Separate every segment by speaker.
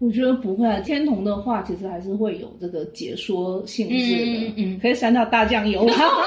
Speaker 1: 我觉得不会啊，天童的话其实还是会有这个解说性质的，
Speaker 2: 嗯嗯
Speaker 1: 可以删掉大酱油啊。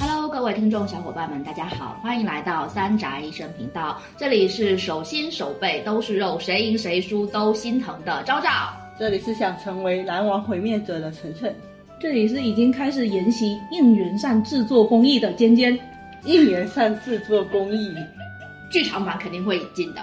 Speaker 2: Hello，各位听众小伙伴们，大家好，欢迎来到三宅医生频道，这里是手心手背都是肉，谁赢谁输都心疼的昭昭。
Speaker 3: 这里是想成为蓝王毁灭者的晨晨，
Speaker 1: 这里是已经开始研习应援扇制作工艺的尖尖，
Speaker 3: 应援扇制作工艺。
Speaker 2: 剧场版肯定会引进的。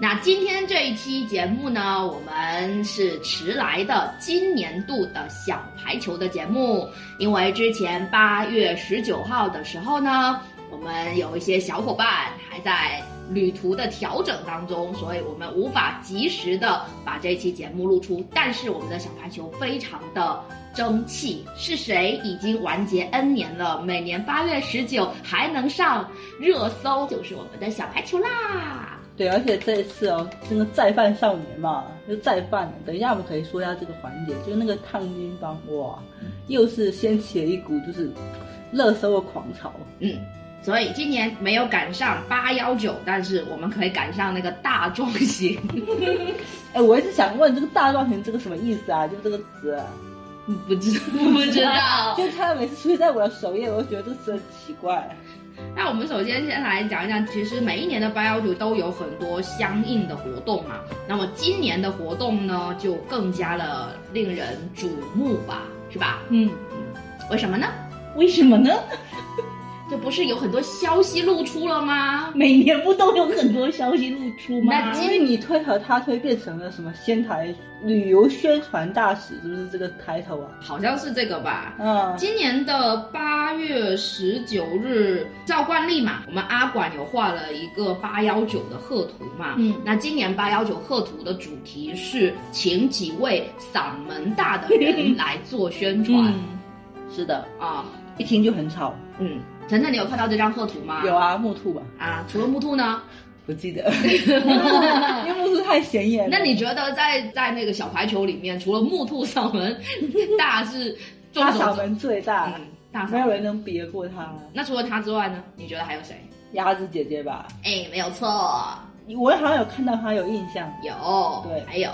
Speaker 2: 那今天这一期节目呢，我们是迟来的今年度的小排球的节目，因为之前八月十九号的时候呢，我们有一些小伙伴还在旅途的调整当中，所以我们无法及时的把这期节目录出。但是我们的小排球非常的争气，是谁已经完结 N 年了？每年八月十九还能上热搜就是我们的小排球啦。
Speaker 3: 对，而且这一次哦，那个再犯少年嘛，就再犯了。等一下我们可以说一下这个环节，就是那个烫金帮哇，又是掀起了一股就是热搜的狂潮。
Speaker 2: 嗯，所以今年没有赶上八幺九，但是我们可以赶上那个大壮型。
Speaker 3: 哎，我一直想问这个大壮型这个什么意思啊？就这个词啊、
Speaker 2: 不知不知道。
Speaker 3: 就他每次出现在我的首页，我就觉得这个词很奇怪。
Speaker 2: 那我们首先先来讲一讲，其实每一年的八幺九都有很多相应的活动嘛。那么今年的活动呢，就更加的令人瞩目吧，是吧？
Speaker 1: 嗯，
Speaker 2: 为什么呢？
Speaker 1: 为什么呢？
Speaker 2: 这不是有很多消息露出了吗？
Speaker 1: 每年不都有很多消息露出吗？
Speaker 2: 那今
Speaker 3: 因为你推和他推变成了什么仙台旅游宣传大使，是不是这个抬头啊？
Speaker 2: 好像是这个吧？
Speaker 3: 嗯，
Speaker 2: 今年的八月十九日，照惯例嘛，我们阿管有画了一个八幺九的贺图嘛。
Speaker 1: 嗯
Speaker 2: 那今年八幺九贺图的主题是请几位嗓门大的人来做宣传
Speaker 1: 嗯，
Speaker 3: 是的，
Speaker 2: 啊、
Speaker 3: 一听就很吵。
Speaker 2: 嗯，晨晨，你有看到这张贺图吗？
Speaker 3: 有啊，木兔吧，
Speaker 2: 啊，除了木兔呢？
Speaker 3: 不 记得， 因为木兔太显眼了。
Speaker 2: 那你觉得在在那个小排球里面，除了木兔嗓门大是众
Speaker 3: 大
Speaker 2: 所
Speaker 3: 嗓
Speaker 2: 周
Speaker 3: 门最大，
Speaker 2: 嗯大
Speaker 3: 没
Speaker 2: 嗓
Speaker 3: 有
Speaker 2: 门，
Speaker 3: 人能别过他。
Speaker 2: 那除了他之外呢？你觉得还有谁？
Speaker 3: 鸭子姐姐吧，
Speaker 2: 哎，没有错。
Speaker 3: 我好像有看到她有印象。
Speaker 2: 有，
Speaker 3: 对
Speaker 2: 还有，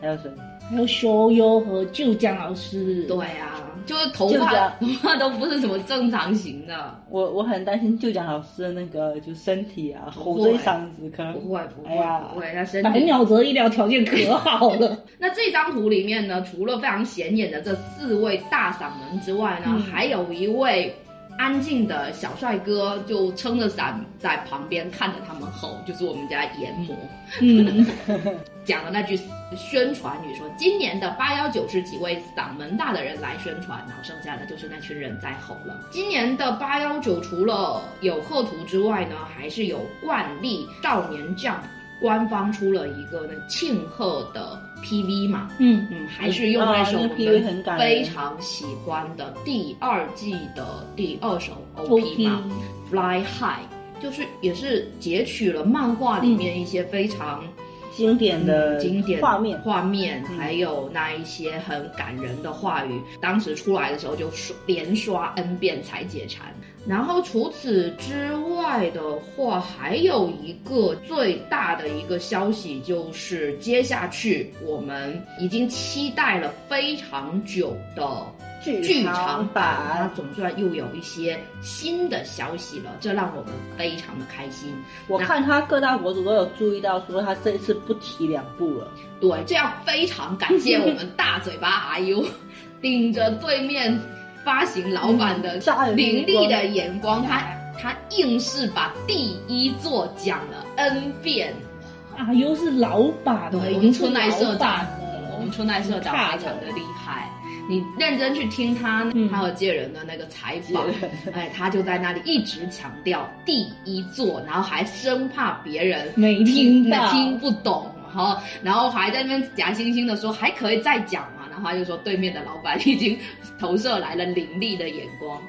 Speaker 3: 还有谁？
Speaker 1: 还有修优和旧江老师，
Speaker 2: 对啊，就是头
Speaker 3: 就这
Speaker 2: 发
Speaker 3: 样
Speaker 2: 头发都不是什么正常型的，
Speaker 3: 我我很担心就讲老师的那个就身体啊，
Speaker 2: 不会
Speaker 3: 吼这一嗓子可
Speaker 2: 不
Speaker 3: 能。
Speaker 2: 会不会
Speaker 3: 哎呀
Speaker 2: 不会，他身
Speaker 1: 白
Speaker 2: 体。
Speaker 1: 鸟泽医疗条件可好了，
Speaker 2: 那这张图里面呢，除了非常显眼的这四位大嗓门之外呢，
Speaker 1: 嗯
Speaker 2: 还有一位安静的小帅哥，就撑着伞在旁边看着他们吼，就是我们家研磨。
Speaker 1: 嗯，
Speaker 2: 讲的那句宣传语说，今年的八幺九是几位嗓门大的人来宣传，然后剩下的就是那群人在吼了。今年的八幺九除了有贺图之外呢，还是有惯例少年将官方出了一个那个庆贺的 PV 嘛，
Speaker 1: 嗯，
Speaker 2: 嗯，还是用那首
Speaker 3: 啊
Speaker 2: 我
Speaker 3: 那个 PV
Speaker 2: 们
Speaker 3: 很感人
Speaker 2: 非常喜欢的第二季的第二首 OP
Speaker 1: ，OK，
Speaker 2: 嘛，Fly High》，就是也是截取了漫画里面一些非常。
Speaker 3: 经典的
Speaker 2: 嗯经典
Speaker 3: 画面，
Speaker 2: 画面，
Speaker 3: 嗯
Speaker 2: 还有那一些很感人的话语，当时出来的时候就刷连刷 n 遍才解馋。然后除此之外的话，还有一个最大的一个消息就是，接下去我们已经期待了非常久的剧
Speaker 3: 剧
Speaker 2: 场
Speaker 3: 场
Speaker 2: 版，那
Speaker 3: 版。
Speaker 2: 总算又有一些新的消息了，这让我们非常的开心。
Speaker 3: 我看他各大博主都有注意到，说他这一次不提两部了。
Speaker 2: 对，这样非常感谢我们大嘴巴阿 U，顶 着对面发行老板的
Speaker 3: 杀人
Speaker 2: 凌厉的
Speaker 3: 眼
Speaker 2: 眼光，他他硬是把第一座讲了 N 遍。
Speaker 1: 啊，优是老板了，
Speaker 2: 对
Speaker 1: 已经
Speaker 2: 我们
Speaker 1: 是
Speaker 2: 春来社
Speaker 1: 老板
Speaker 2: 长，
Speaker 1: 了，
Speaker 2: 我们春奈社长非常的厉害。你认真去听他
Speaker 1: 嗯
Speaker 2: 还有借人的那个采访
Speaker 3: 界，
Speaker 2: 哎，他就在那里一直强调第一座，然后还生怕别人
Speaker 1: 没
Speaker 2: 听
Speaker 1: 听到
Speaker 2: 听不懂，然后然后还在那边假惺惺的说还可以再讲嘛，然后他就说对面的老板已经投射来了凌厉的眼光。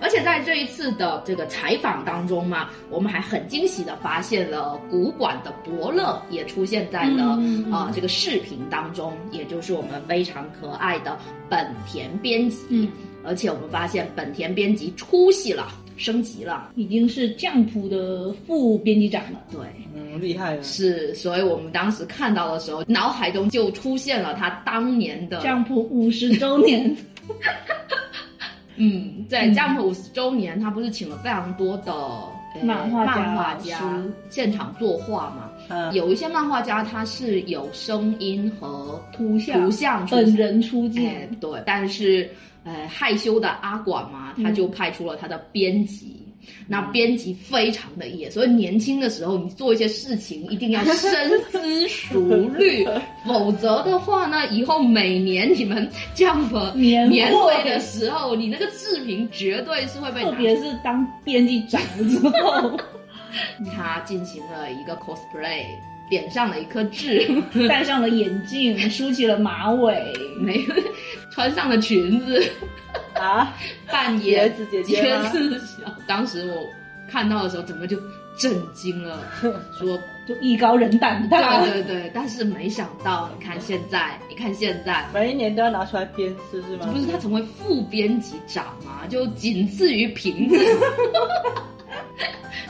Speaker 2: 而且在这一次的这个采访当中嘛，我们还很惊喜的发现了古馆的伯乐也出现在了
Speaker 1: 嗯嗯
Speaker 2: 呃这个视频当中，也就是我们非常可爱的本田编辑。
Speaker 1: 嗯，
Speaker 2: 而且我们发现本田编辑出息了，升级了。
Speaker 1: 已经是降普的副编辑长了。
Speaker 2: 对，
Speaker 3: 嗯，厉害了。
Speaker 2: 是，所以我们当时看到的时候，脑海中就出现了他当年的
Speaker 1: 降普五十周年，
Speaker 2: 嗯，在
Speaker 1: 嗯
Speaker 2: Jump 五十周年，他不是请了非常多的、呃
Speaker 1: 嗯漫画家
Speaker 2: 漫画
Speaker 1: 老师
Speaker 2: 家现场作画嘛？
Speaker 3: 嗯，
Speaker 2: 有一些漫画家他是有声音和
Speaker 1: 图像
Speaker 2: 图像出
Speaker 1: 本
Speaker 2: 现
Speaker 1: 人出镜，
Speaker 2: 哎对，但是呃害羞的阿管嘛，他就派出了他的编辑。那编辑非常的野，所以年轻的时候你做一些事情一定要深思熟虑，否则的话呢，以后每年你们 Jump
Speaker 1: 年
Speaker 2: 年会
Speaker 1: 会
Speaker 2: 的时候，你那个志平绝对是会被
Speaker 1: 特
Speaker 2: 拿
Speaker 1: 别是当编辑长了之 后，
Speaker 2: 他进行了一个 cosplay，脸上了一颗痣，
Speaker 1: 戴上了眼镜，梳起了马尾，
Speaker 2: 没穿上了裙子，
Speaker 3: 啊，
Speaker 2: 扮演
Speaker 3: 椰子姐姐吗
Speaker 2: 子小。当时我看到的时候，整个就震惊了，说
Speaker 1: 就艺高人胆大。
Speaker 2: 对对啊对，但是没想到，你看现在，你看现在。
Speaker 3: 每一年都要拿出来鞭尸是吗？
Speaker 2: 不是他成为副编辑长嘛，就仅次于瓶子。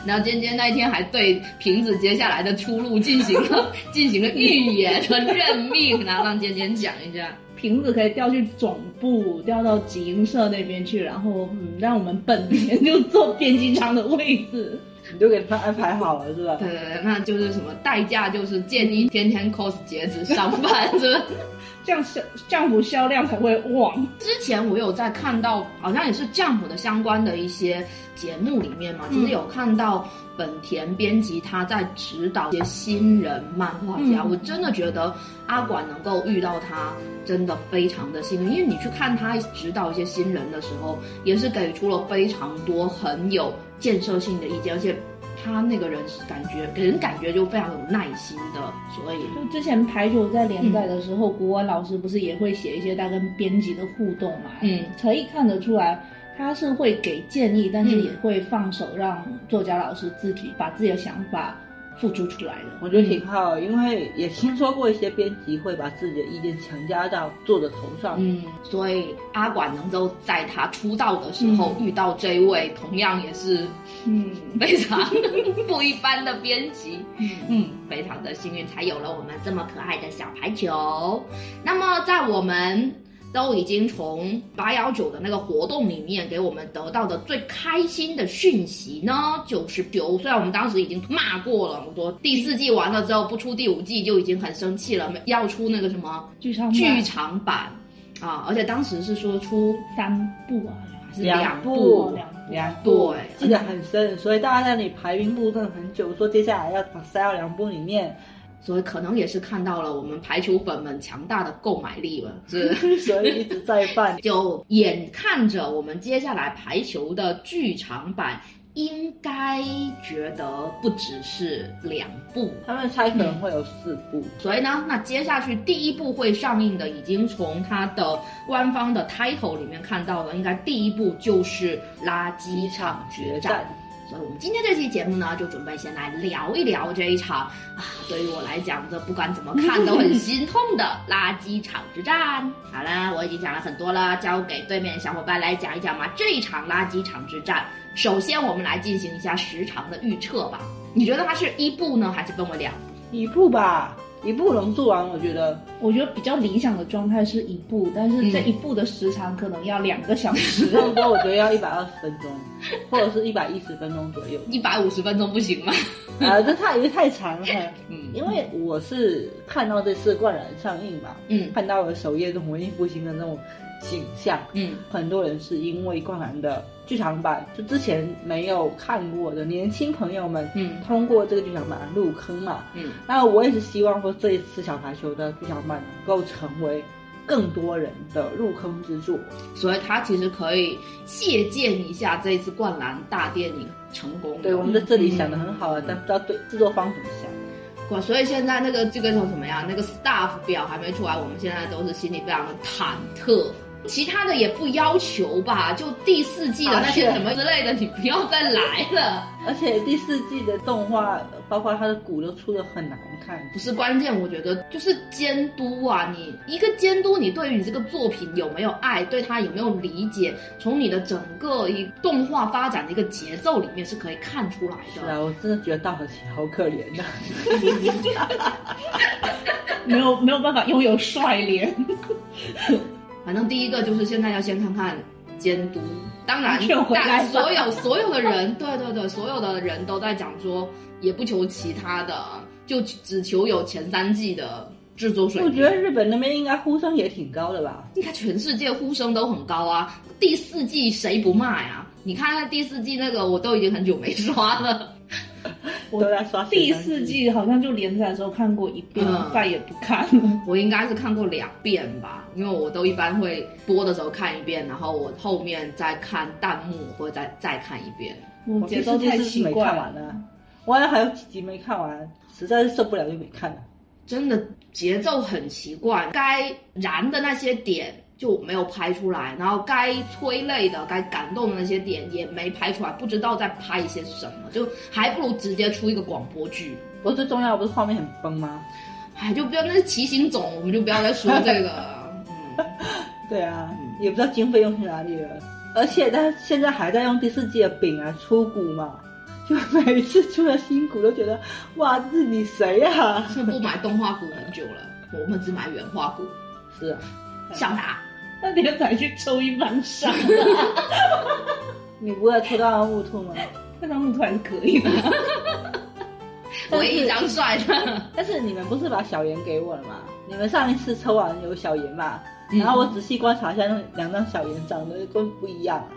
Speaker 2: 然后尖尖那一天还对瓶子接下来的出路进行了进行了预言和任命，然后让尖尖讲一下。
Speaker 1: 瓶子可以调去总部，调到集英社那边去，然后嗯，让我们本年就做编辑长的位置。
Speaker 3: 你都给他安排好了是吧？
Speaker 2: 对对对，那就是什么代价就是建议天天 cos 截止上班， 是不是？
Speaker 1: 这样销这样不销量才会旺。
Speaker 2: 之前我有在看到，好像也是 Jump 的相关的一些节目里面嘛，其实有看到本田编辑他在指导一些新人漫画家，
Speaker 1: 嗯
Speaker 2: 我真的觉得阿管能够遇到他真的非常的幸运，因为你去看他指导一些新人的时候，也是给出了非常多很有建设性的意见，而且。他那个人是感觉给人感觉就非常有耐心的，所以
Speaker 1: 就之前排球在
Speaker 2: 嗯
Speaker 1: 连载的时候，古文老师不是也会写一些他跟编辑的互动嘛？
Speaker 2: 嗯，
Speaker 1: 可以看得出来，他是会给建议，但是
Speaker 2: 嗯
Speaker 1: 也会放手让作家老师自己把自己的想法付出出来的。
Speaker 3: 我觉得挺好，因为也听说过一些编辑会把自己的意见强加到作者头上。
Speaker 2: 嗯，所以阿管能够在他出道的时候
Speaker 1: 嗯
Speaker 2: 遇到这位，同样也是
Speaker 1: 嗯，
Speaker 2: 非常不一般的编辑，
Speaker 1: 嗯
Speaker 2: 嗯，非常的幸运，才有了我们这么可爱的小排球。那么在我们。都已经从八幺九的那个活动里面给我们得到的最开心的讯息呢，就是九。虽然我们当时已经骂过了，我说第四季完了之后不出第五季就已经很生气了，要出那个什么
Speaker 1: 剧场版
Speaker 2: 剧场版啊，而且当时是说出
Speaker 1: 三部啊，
Speaker 2: 还是
Speaker 3: 两
Speaker 2: 部
Speaker 3: 部，嗯
Speaker 1: 两
Speaker 3: 两
Speaker 2: 部
Speaker 3: 部
Speaker 2: 对，
Speaker 3: 记得很深，所以大家在那里排云布阵很久，说接下来要把塞到两部 里面，
Speaker 2: 所以可能也是看到了我们排球粉们强大的购买力吧， 是。。
Speaker 3: 所以一直在办
Speaker 2: 就眼看着我们接下来排球的剧场版，应该觉得不只是两部，
Speaker 3: 他们猜可能会有四部，
Speaker 2: 所以呢，那接下去第一部会上映的，已经从它的官方的 title 里面看到了，应该第一部就是垃圾场决
Speaker 3: 决
Speaker 2: 战
Speaker 3: 战。
Speaker 2: 所以，我们今天这期节目呢，就准备先来聊一聊这一场啊，对于我来讲，这不管怎么看都很心痛的垃圾场之战。好了，我已经讲了很多了，交给对面的小伙伴来讲一讲吧。这一场垃圾场之战，首先我们来进行一下时长的预测吧。你觉得它是一部呢，还是分为两部？
Speaker 3: 一部吧，一部能做完，我觉得。
Speaker 1: 我觉得比较理想的状态是一部，但是
Speaker 2: 嗯
Speaker 1: 这一部的时长可能要两个小时。
Speaker 3: 差不多，我觉得要一百二十分钟，或者是一百一十分钟左 右。
Speaker 2: 一百五十分钟不行吗？
Speaker 3: 啊，这太因为太长了，
Speaker 2: 嗯
Speaker 3: 因为我是看到这次《灌篮》上映嘛，
Speaker 2: 嗯
Speaker 3: 看到了首页这种文艺复兴的那种景象，
Speaker 2: 嗯
Speaker 3: 很多人是因为《灌篮》的剧场版，就之前没有看过的年轻朋友们，
Speaker 2: 嗯
Speaker 3: 通过这个剧场版入坑嘛。
Speaker 2: 嗯
Speaker 3: 那我也是希望说，这一次小排球的剧场版能够成为更多人的入坑之作。
Speaker 2: 所以它其实可以借鉴一下这一次灌篮大电影成功的。
Speaker 3: 对，我们在这里想的很好
Speaker 2: 嗯
Speaker 3: 啊，但不知道对制作方怎么想。
Speaker 2: 哇，所以现在那个这个叫什么呀？那个 staff 表还没出来，我们现在都是心里非常的忐忑。其他的也不要求吧，就第四季的
Speaker 3: 啊
Speaker 2: 那些
Speaker 3: 是
Speaker 2: 什么之类的，你不要再来了。
Speaker 3: 而且第四季的动画，包括它的鼓都出的很难看，
Speaker 2: 不是关键，我觉得就是监督啊！你一个监督，你对于你这个作品有没有爱，对它有没有理解，从你的整个一动画发展的一个节奏里面是可以看出来
Speaker 3: 是
Speaker 2: 的。
Speaker 3: 啊，我真的觉得大和奇好可怜呐、
Speaker 1: 没有没有办法拥有帅 脸，
Speaker 2: 反正第一个就是现在要先看看监督，当然
Speaker 1: 你劝回，来
Speaker 2: 但
Speaker 1: 吧
Speaker 2: 所有所有的人，对对对，所有的人都在讲说，也不求其他的，就只求有前三季的制作水
Speaker 3: 我
Speaker 2: 平。
Speaker 3: 觉得日本那边应该呼声也挺高的吧？
Speaker 2: 你看全世界呼声都很高啊，第四季谁不骂呀？你看看第四季那个，我都已经很久没刷了。
Speaker 1: 我
Speaker 3: 都在刷
Speaker 1: 第四季好像就连载的时候看过一遍，
Speaker 2: 嗯
Speaker 1: 再也不看了。
Speaker 2: 我应该是看过两遍吧，因为我都一般会播的时候看一遍，然后我后面再看弹幕或者再再看一遍。
Speaker 1: 我
Speaker 3: 我
Speaker 1: 节
Speaker 3: 第
Speaker 1: 奏
Speaker 3: 四季
Speaker 1: 太
Speaker 3: 是不
Speaker 1: 奇
Speaker 3: 是没
Speaker 1: 怪
Speaker 3: 看完啊
Speaker 1: 了，
Speaker 3: 呢，我好像还有几集没看完，实在是受不了就没看了。
Speaker 2: 真的节奏很奇怪，该燃的那些点就没有拍出来，然后该催泪的、该感动的那些点也没拍出来，不知道在拍一些什么，就还不如直接出一个广播剧。
Speaker 3: 我最重要不是画面很崩吗？
Speaker 2: 哎，就不要那是骑行种，我们就不要再说这 个了。嗯，
Speaker 3: 对啊，
Speaker 2: 嗯
Speaker 3: 也不知道经费用去哪里了，而且他现在还在用第四季的饼来出谷嘛，就每次出了新谷都觉得哇，这是你谁呀、啊？
Speaker 2: 是不买动画股很久了，我们只买原画股。
Speaker 3: 是啊，
Speaker 2: 像他，
Speaker 1: 那天才去抽一番 沙，
Speaker 3: 你不会抽到木兔吗？
Speaker 1: 那张木头还是可以 的。
Speaker 2: 唯一一张帅的。
Speaker 3: 但是你们不是把小圆给我了吗？你们上一次抽完有小圆嘛？
Speaker 2: 嗯
Speaker 3: 然后我仔细观察一下，那两张小圆长得都不一样、啊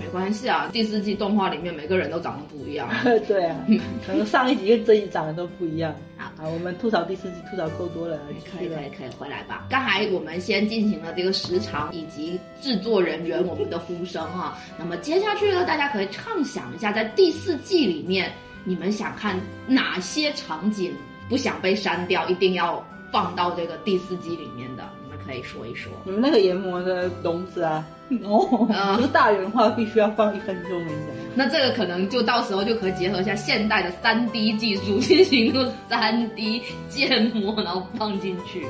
Speaker 2: 没关系啊，第四季动画里面每个人都长得不一样。
Speaker 3: 对 啊，可能上一集跟这一集长得都不一样。
Speaker 2: 好
Speaker 3: 啊，我们吐槽第四季吐槽够多了，
Speaker 2: 可以
Speaker 3: 继续吧
Speaker 2: 可以可以回来吧。刚才我们先进行了这个时长以及制作人员我们的呼声啊，那么接下去呢，大家可以畅想一下，在第四季里面，你们想看哪些场景不想被删掉，一定要放到这个第四季里面的，你们可以说一说。
Speaker 3: 你们那个研磨的笼子啊，
Speaker 1: 哦，
Speaker 2: 啊、
Speaker 3: 就是大圆画必须要放一分钟，我跟你讲。
Speaker 2: 那这个可能就到时候就可以结合一下现代的三 D 技术，进行那个三 D 建模，然后放进去。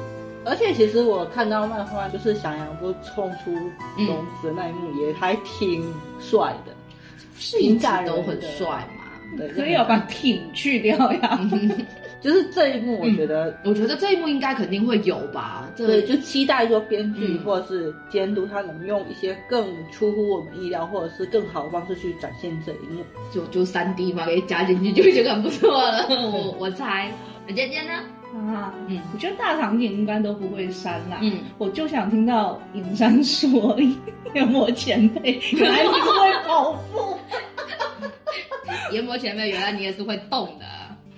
Speaker 3: 而且其实我看到漫画，就是小杨波冲出笼子那一幕也还挺帅的，
Speaker 2: 是一直
Speaker 3: 挺感人
Speaker 2: 都很
Speaker 3: 的
Speaker 2: 帅啊嘛，
Speaker 3: 对，
Speaker 1: 可以要把挺去掉 呀。
Speaker 3: 就是这一幕，我觉得、
Speaker 2: 我觉得这一幕应该肯定会有吧，这
Speaker 3: 对，就期待说编剧
Speaker 2: 嗯
Speaker 3: 或者是监督他能用一些更出乎我们意料，或者是更好的方式去展现这一幕。
Speaker 2: 就就三 D 嘛，给加进去就已经很不错 了。我我猜，那尖尖呢？
Speaker 1: 啊，
Speaker 2: 嗯
Speaker 1: 我觉得大场景应该都不会删
Speaker 3: 啊
Speaker 1: 啦。
Speaker 2: 嗯，
Speaker 1: 我就想听到尹山说，因为我前辈原来你会跑 步，
Speaker 2: 研磨前辈，原来你也是会动的，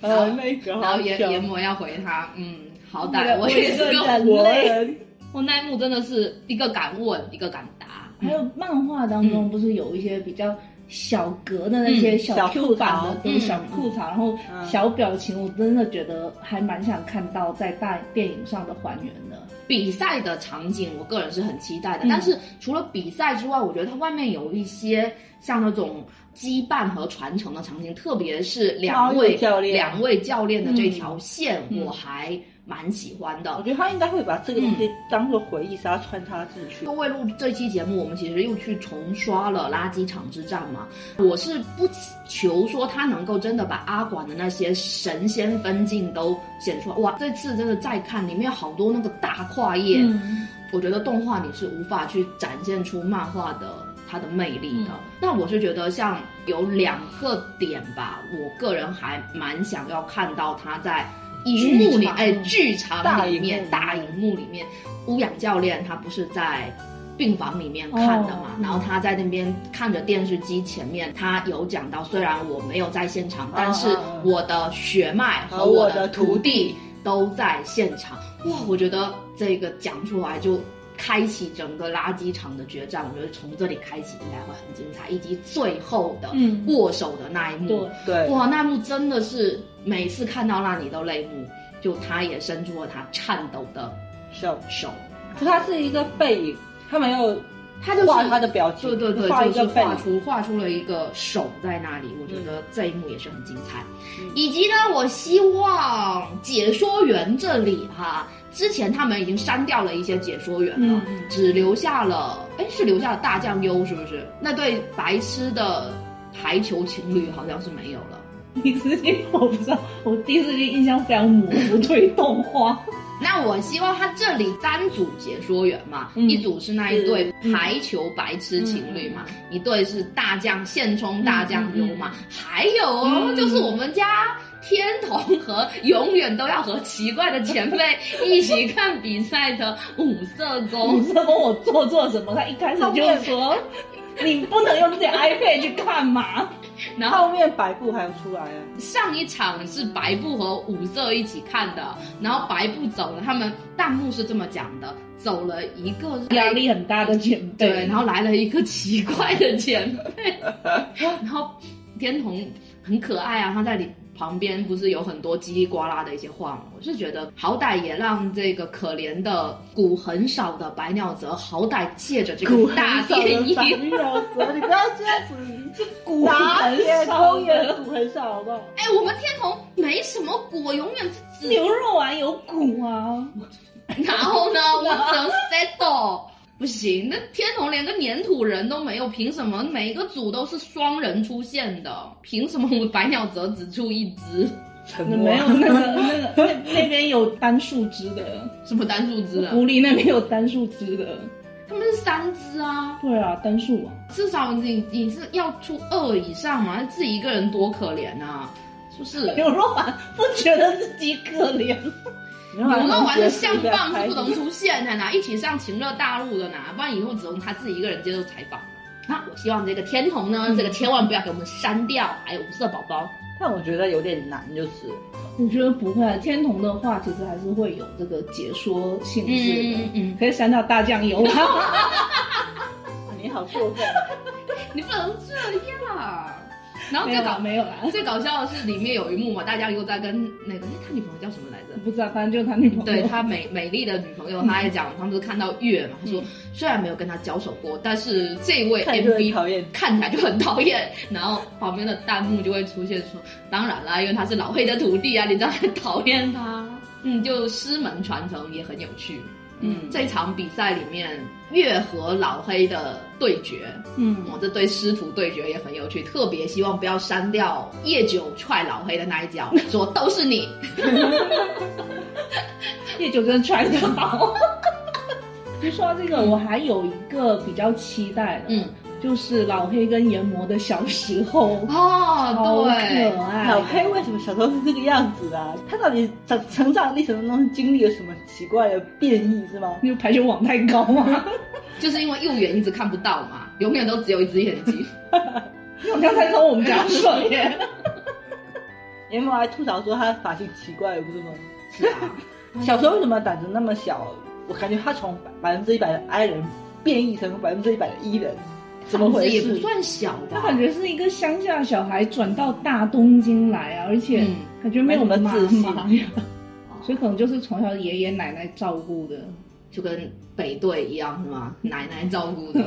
Speaker 3: 呃，那个
Speaker 2: 然后
Speaker 3: 好
Speaker 2: 研
Speaker 3: 笑
Speaker 2: 研磨要回他，嗯，好
Speaker 1: 那
Speaker 2: 歹
Speaker 1: 个
Speaker 2: 我也是
Speaker 1: 我一个
Speaker 2: 个
Speaker 1: 人
Speaker 3: 我人
Speaker 2: 我那一幕真的是一个敢问，一个敢答。
Speaker 1: 还有漫画当中不是有一些比较小格的那些
Speaker 2: 嗯
Speaker 1: 小
Speaker 3: 嗯小
Speaker 1: Q
Speaker 3: 吐
Speaker 1: 版
Speaker 3: 槽
Speaker 1: 的
Speaker 2: 嗯
Speaker 1: 对小吐槽，然后
Speaker 3: 嗯
Speaker 1: 小表情，我真的觉得还蛮想看到在大电影上的还原的。
Speaker 2: 比赛的场景，我个人是很期待的。
Speaker 1: 嗯
Speaker 2: 但是除了比赛之外，我觉得它外面有一些像那种羁绊和传承的场景，特别是两
Speaker 3: 猫
Speaker 2: 位
Speaker 3: 友教练
Speaker 2: 两位教练的这条线，
Speaker 1: 嗯
Speaker 2: 我还蛮喜欢
Speaker 3: 我
Speaker 2: 的。
Speaker 3: 觉得他应该会把这个东西当做回忆杀穿插进去。
Speaker 2: 就为录这期节目，我们其实又去重刷了《垃圾场之战》嘛。我是不求说他能够真的把阿管的那些神仙分镜都显出来。哇，这次真的再看，里面有好多那个大跨页，
Speaker 1: 嗯，
Speaker 2: 我觉得动画你是无法去展现出漫画的它的魅力的
Speaker 1: 嗯。
Speaker 2: 那、我是觉得像有两个点吧，我个人还蛮想要看到它在荧幕
Speaker 1: 剧
Speaker 2: 里，
Speaker 1: 场
Speaker 2: 哎，剧场里面大
Speaker 3: 大
Speaker 2: 荧
Speaker 3: 荧
Speaker 2: 幕里面，乌养教练他不是在。病房里面看的嘛
Speaker 1: 哦，嗯
Speaker 2: 然后他在那边看着电视机前面，他有讲到，虽然我没有在现场，
Speaker 3: 嗯
Speaker 2: 但是
Speaker 3: 嗯嗯
Speaker 2: 我的血脉和
Speaker 3: 和
Speaker 2: 我
Speaker 3: 我
Speaker 2: 的
Speaker 3: 的
Speaker 2: 徒
Speaker 3: 徒
Speaker 2: 弟都在现场。哇，我觉得这个讲出来就开启整个垃圾场的决战，我觉得从这里开启应该会很精彩，以及最后的
Speaker 1: 嗯
Speaker 2: 握手的那一幕，
Speaker 1: 对，
Speaker 3: 对，
Speaker 2: 哇，那一幕真的是每次看到那里都泪目，就他也伸出了他颤抖的
Speaker 3: 手，
Speaker 2: 手，
Speaker 3: 就它是一个背影，他没有
Speaker 2: 他就是
Speaker 3: 画他的表情，
Speaker 2: 对对对，
Speaker 3: 画一
Speaker 2: 就是
Speaker 3: 个背
Speaker 2: 画出画出了一个手在那里，我觉得这一幕也是很精彩。
Speaker 3: 嗯
Speaker 2: 以及呢，我希望解说员这里哈、之前他们已经删掉了一些解说员了，
Speaker 1: 嗯
Speaker 2: 只留下了，哎，是留下了大酱优是不是？那对白痴的排球情侣好像是没有了。
Speaker 1: 第四季我不知道，我第四季印象非常模糊，对动 画。
Speaker 2: 那我希望他这里单组解说员嘛，
Speaker 1: 嗯
Speaker 2: 一组是嗯那一对排球白痴情侣嘛，一对是大将现充大将优嘛，还有哦，
Speaker 1: 嗯
Speaker 2: 就是我们家天童和永远都要和奇怪的前辈一起看比赛的五色
Speaker 1: 你
Speaker 2: 公。
Speaker 1: 知道我做错什么？他一开始就说，你不能用自己 iPad 去看嘛。
Speaker 2: 然后
Speaker 3: 后面百步还有出来啊，
Speaker 2: 上一场是白布和五色一起看的，然后白布走了，他们弹幕是这么讲的，走了一个
Speaker 1: 压力很大的前辈，
Speaker 2: 对，然后来了一个奇怪的前辈，然后天童很可爱啊，他在你旁边不是有很多叽里呱啦的一些话吗？我是觉得好歹也让这个可怜的骨很少的白鸟泽，好歹借着这个大电
Speaker 3: 白
Speaker 2: 影。
Speaker 3: 鸟蛇，你不要这样子，
Speaker 1: 骨
Speaker 3: 打
Speaker 1: 很
Speaker 3: 铁
Speaker 1: 少
Speaker 3: 公园
Speaker 1: 的
Speaker 3: 骨很少，好不好？
Speaker 2: 哎，我们天童没什么骨，永远只
Speaker 1: 牛肉丸有骨啊，
Speaker 2: 然后呢，我只能 settle。不行，那天童连个粘土人都没有，凭什么每一个组都是双人出现的？凭什么我们白鸟泽只出一只？
Speaker 3: 沉
Speaker 1: 那
Speaker 3: 默
Speaker 1: 没有那个那个那那边有单数只的，
Speaker 2: 什么单数只啊？
Speaker 1: 狐狸那边有单数只的，
Speaker 2: 他们是三只啊，
Speaker 1: 对啊，单数啊。
Speaker 2: 至少你你是要出二以上嘛，自己一个人多可怜啊，是不是？
Speaker 1: 牛肉丸不觉得自己可怜，
Speaker 3: 牛
Speaker 2: 有那玩的
Speaker 3: 像
Speaker 2: 相棒是不能出现的呢，一起上情热大陆的呢，不然以后只能他自己一个人接受采访。啊，我希望这个天童呢，这个千万不要给我们删掉，还有五色宝宝。
Speaker 3: 但我觉得有点难，就是
Speaker 1: 我觉得不会啊。天童的话其实还是会有这个解说性质的，
Speaker 2: 嗯，
Speaker 1: 可以删掉大酱油啊。
Speaker 3: 你好过分，啊
Speaker 2: 你不能这样。然后
Speaker 1: 没
Speaker 2: 最
Speaker 1: 有啦
Speaker 2: 搞
Speaker 1: 没有啦，
Speaker 2: 最搞笑的是里面有一幕嘛，大家又在跟那个哎他女朋友叫什么来着？
Speaker 1: 不知道，反正就是他女朋友。
Speaker 2: 对他美美丽的女朋
Speaker 3: 嗯
Speaker 2: 友，他也讲，他们是看到月嘛，他说虽然没有跟他交手过，但是这位
Speaker 3: 看就很
Speaker 2: MV
Speaker 3: 讨厌。
Speaker 2: 看起来就很讨厌，然后旁边的弹幕就会出现说，当然啦，因为他是老黑的徒弟啊，你当然讨厌他。嗯，就师门传承也很有趣。
Speaker 1: 嗯
Speaker 2: 这场比赛里面，月和老黑的对决，
Speaker 1: 嗯
Speaker 2: 我这对师徒对决也很有趣，特别希望不要删掉叶九踹老黑的那一脚，说都是你。
Speaker 1: 叶九真的踹得好。 就说到这个，我还有一个比较期待的，
Speaker 2: 嗯，
Speaker 1: 就是老黑跟研磨的小时候，好
Speaker 2: 哦，
Speaker 1: 可
Speaker 2: 对，
Speaker 1: 爱。啊
Speaker 3: 老黑为什么小时候是这个样子啊？他到底成成长历程中经历了什么奇怪的变异是吗？
Speaker 1: 因为排球网太高嘛，
Speaker 2: 就是因为右眼一直看不到嘛，永远都只有一只眼 睛。
Speaker 1: 因为我刚才说我们家水耶，
Speaker 3: 研磨还吐槽说他发型奇怪，不是吗？
Speaker 2: 是啊，
Speaker 3: 小时候为什么胆子那么小？我感觉他从百分之一百的 I 人变异成百分之一百的 E 人，怎么回
Speaker 2: 也不
Speaker 3: 事？
Speaker 2: 算小吧，
Speaker 1: 他感觉是一个乡下小孩转到大东京来啊，而且
Speaker 2: 嗯
Speaker 1: 感觉没有
Speaker 3: 没什么
Speaker 1: 妈
Speaker 3: 自信
Speaker 1: 妈呀，所以可能就是从小爷爷奶奶照顾的。
Speaker 2: 就跟北队一样 是吗？奶奶照顾的。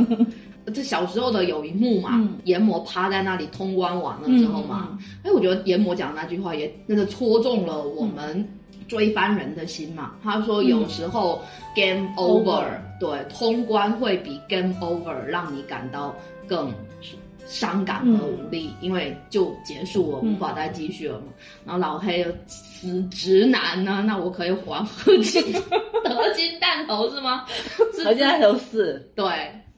Speaker 2: 这小时候的有一幕嘛
Speaker 1: 嗯，
Speaker 2: 研磨趴在那里通关完了之后嘛，哎，我觉得研磨讲的那句话也真的戳中了我们追番人的心嘛。他说有时候 game over，、
Speaker 1: 嗯 Over
Speaker 2: 对，通关会比 game over 让你感到更伤感和无力，因为就结束了，
Speaker 1: 嗯
Speaker 2: 无法再继续了嘛。然后老黑又死直男呢、啊那我可以还合金合金弹头是 吗？是
Speaker 3: 而且那时候是
Speaker 2: 对，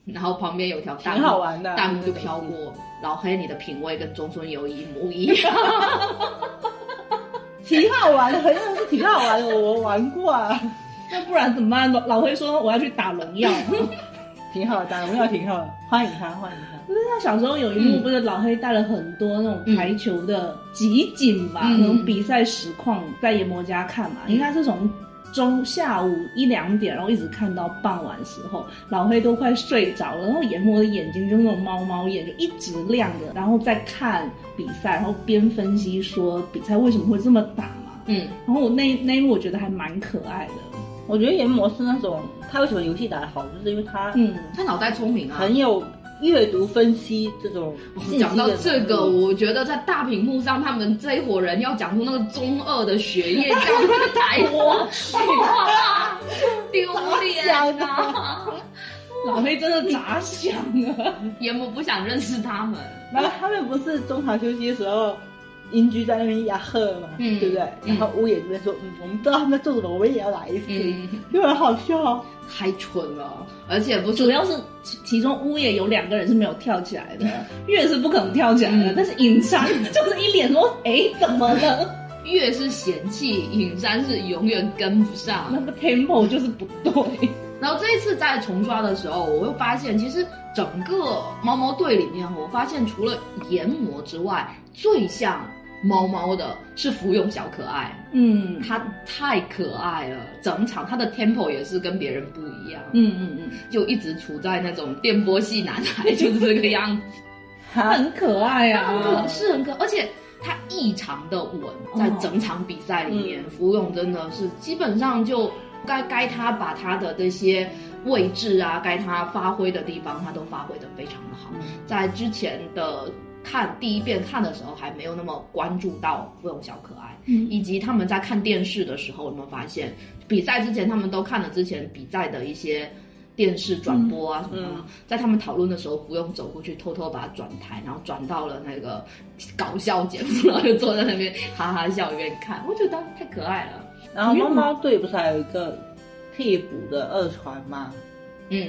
Speaker 2: 然后旁边有条弹
Speaker 3: 挺
Speaker 2: 幕
Speaker 3: 好玩的，
Speaker 2: 弹幕就飘过，老黑你的品味跟中村优 一模一样。
Speaker 3: 挺好玩的，真的是挺好玩的，我我玩过啊，
Speaker 1: 那不然怎么办？老老黑说我要去打荣 耀。
Speaker 3: 挺好的，打荣耀挺好的，欢迎他，欢迎他。
Speaker 1: 不是他小时候有一幕，
Speaker 2: 嗯
Speaker 1: 不是老黑带了很多那种排球的集锦吧，
Speaker 2: 嗯
Speaker 1: 那种比赛实况，在研磨家看嘛，
Speaker 2: 嗯
Speaker 1: 应该是从中下午一两点，然后一直看到傍晚时候，老黑都快睡着了，然后研磨的眼睛就那种猫猫眼，就一直亮着，然后再看比赛，然后边分析说比赛为什么会这么打嘛。
Speaker 2: 嗯，
Speaker 1: 然后我那那一幕我觉得还蛮可爱的，
Speaker 3: 我觉得研磨是那种他为什么游戏打得好，就是因为他
Speaker 1: 嗯，
Speaker 2: 他脑袋聪明啊。嗯
Speaker 3: 很有阅读分析这种信息的
Speaker 2: 讲到
Speaker 3: 能
Speaker 2: 这个，
Speaker 3: 力
Speaker 2: 我觉得在大屏幕上，他们这一伙人要讲出那个中二的学业教育的台词，哇，丢脸 啊！
Speaker 1: 老黑真的咋想啊？
Speaker 2: 严母不想认识他们，
Speaker 3: 然后他们不是中场休息的时候，邻居在那边压喝嘛，
Speaker 2: 嗯
Speaker 3: 对不对？
Speaker 2: 嗯
Speaker 3: 然后屋野这边说，嗯，我们知道他们在做什么，我们也要来一次，
Speaker 2: 嗯，
Speaker 3: 就很好笑哦。
Speaker 2: 太蠢了，而且不是
Speaker 1: 主要是其其中屋也有两个人是没有跳起来的，月是不可能跳起来的，
Speaker 2: 嗯
Speaker 1: 但是尹山 就是一脸说：“哎，怎么了？
Speaker 2: 越是嫌弃，尹山是永远跟不上。
Speaker 1: 那个 tempo 就是不对。
Speaker 2: 然后这一次在重刷的时候，我又发现，其实整个猫猫队里面，我发现除了研磨之外，最像猫猫的是福永小可爱，”
Speaker 1: 嗯
Speaker 2: 它太可爱了，整场它的 tempo 也是跟别人不一样，
Speaker 1: 嗯嗯嗯，
Speaker 2: 就一直处在那种电波系男孩就是这个样子，
Speaker 1: 他
Speaker 3: 哈，
Speaker 1: 很可爱
Speaker 2: 它很可
Speaker 1: 啊。
Speaker 2: 是很可，而且。它异常的稳，在整场比赛里面，福永真的是基本上就该该他把他的这些位置啊，该他发挥的地方，他都发挥的非常的好。在之前的看第一遍看的时候，还没有那么关注到芙蓉小可爱，
Speaker 1: 嗯
Speaker 2: 以及他们在看电视的时候，有没有发现比赛之前他们都看了之前比赛的一些。电视转播啊什么的，
Speaker 3: 嗯
Speaker 2: 在他们讨论的时候，芙蓉走过去偷偷把它转台，然后转到了那个搞笑节目，然后就坐在那边哈哈笑一边看，我觉得太可爱了。
Speaker 3: 然后猫猫队不是还有一个替补的二传吗？
Speaker 2: 嗯，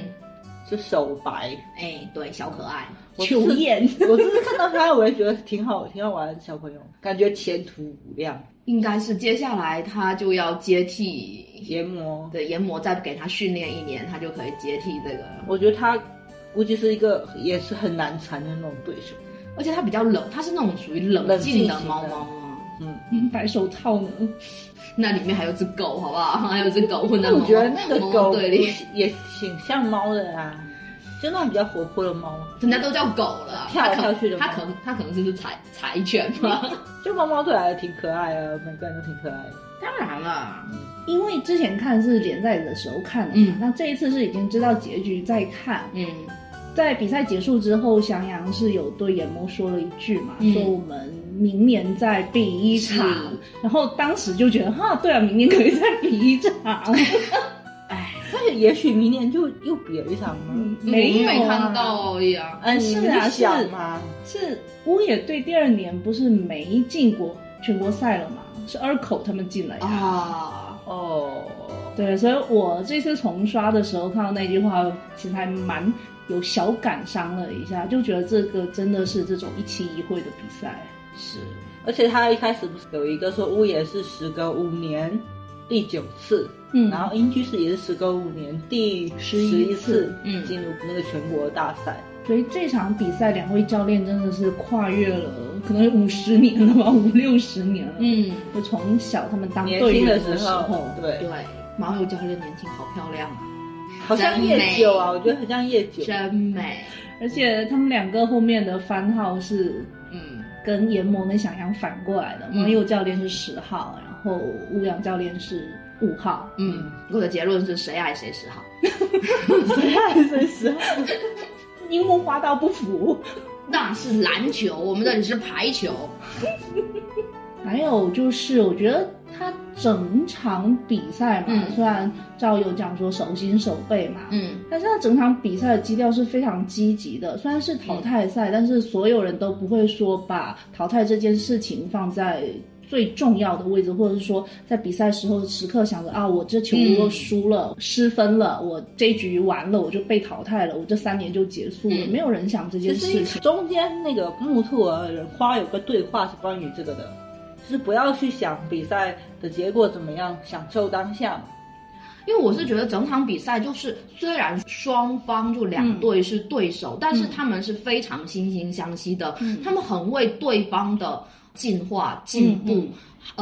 Speaker 3: 是手白，
Speaker 2: 哎，对，小可爱，
Speaker 3: 我
Speaker 1: 求艳，
Speaker 3: 我只是看到他，我也觉得挺好，挺好玩的小朋友，感觉前途无量。
Speaker 2: 应该是接下来他就要接替
Speaker 3: 研磨，
Speaker 2: 对，研磨再给他训练一年，他就可以接替这个。
Speaker 3: 我觉得他估计是一个也是很难缠的那种对手。
Speaker 2: 而且他比较冷，他是那种属于冷静的猫猫啊。
Speaker 3: 嗯，
Speaker 1: 嗯 白手套呢？
Speaker 2: 那里面还有只狗，好不好？还有只狗混在
Speaker 3: 那
Speaker 2: 猫
Speaker 3: 我觉得那个
Speaker 2: 猫
Speaker 3: 狗
Speaker 2: 队里，
Speaker 3: 也挺像猫的啊，就那种比较活泼的猫。
Speaker 2: 人家都叫狗了，
Speaker 3: 跳来
Speaker 2: 它可能
Speaker 3: 跳去的
Speaker 2: 它
Speaker 3: 猫
Speaker 2: 可能它可能是只柴柴犬吧。
Speaker 3: 就猫猫对来的挺可爱的，每个人都挺可爱的。
Speaker 2: 当然了，
Speaker 1: 因为之前看是连载的时候看的嘛，
Speaker 2: 嗯
Speaker 1: 那这一次是已经知道结局再看。
Speaker 2: 嗯
Speaker 1: 在比赛结束之后，翔阳是有对眼猫说了一句嘛，
Speaker 2: 嗯
Speaker 1: 说我们明年再比一场
Speaker 2: 是，
Speaker 1: 然后当时就觉得哈，对啊，明年可以再比一 场，
Speaker 3: 那也许明年就又比了一场吗？
Speaker 1: 没有、
Speaker 2: 我
Speaker 1: 啊、
Speaker 2: 没看到而已啊。
Speaker 3: 嗯，
Speaker 1: 是
Speaker 3: 你们
Speaker 1: 啊
Speaker 3: 就想
Speaker 1: 是
Speaker 3: 嘛，
Speaker 1: 是乌野队第二年不是没进国全国赛了嘛，是二口他们进来的。
Speaker 2: 啊，
Speaker 3: 哦，
Speaker 1: 对，所以我这次重刷的时候看到那句话，其实还蛮有小感伤了一下，就觉得这个真的是这种一期一会的比赛。
Speaker 2: 是
Speaker 3: 而且他一开始不是有一个说屋也是时隔五年第九次，
Speaker 1: 嗯，
Speaker 3: 然后英居士也是时隔五年第
Speaker 1: 十一
Speaker 3: 一
Speaker 1: 次
Speaker 2: 嗯
Speaker 3: 进入那个全国大赛。
Speaker 1: 所以这场比赛，两位教练真的是跨越了可能五十年了吧，五六十年了。，
Speaker 2: 嗯，
Speaker 1: 就从小他们当
Speaker 3: 年
Speaker 1: 队
Speaker 3: 轻
Speaker 1: 员
Speaker 3: 的
Speaker 1: 时
Speaker 3: 时候，对
Speaker 2: 对，，毛友教练年轻好漂亮啊，
Speaker 3: 好像
Speaker 2: 真
Speaker 3: 夜
Speaker 2: 美
Speaker 3: 九啊，我觉得很像夜九。
Speaker 2: 真美。
Speaker 1: 而且他们两个后面的番号是
Speaker 2: 嗯，
Speaker 1: 跟研磨跟想象反过来的，
Speaker 2: 嗯
Speaker 1: 王佑教练是十号，然后乌阳教练是五号。
Speaker 2: 嗯，我的结论是谁爱谁是好。
Speaker 3: 谁爱谁死？
Speaker 1: 樱木花道不服。
Speaker 2: 那是篮球，我们这里是排球。
Speaker 1: 还有就是，我觉得他整场比赛嘛，
Speaker 2: 嗯
Speaker 1: 虽然赵友讲说手心手背嘛，
Speaker 2: 嗯，
Speaker 1: 但是他整场比赛的基调是非常积极的，虽然是淘汰赛，但是所有人都不会说把淘汰这件事情放在最重要的位置，或者是说在比赛时候时刻想着啊，我这球如果输了、失分了，我这局完了我就被淘汰了，我这三年就结束了，
Speaker 2: 嗯
Speaker 1: 没有人想这
Speaker 3: 其
Speaker 1: 件事情。
Speaker 3: 实中间那个木兔儿人花有个对话是关于这个的，就是不要去想比赛的结果怎么样，享受当下。
Speaker 2: 因为我是觉得整场比赛就是，虽然双方就两队是对手，但是他们是非常惺惺相惜的，
Speaker 1: 嗯
Speaker 2: 他们很为对方的进化、进步
Speaker 1: 嗯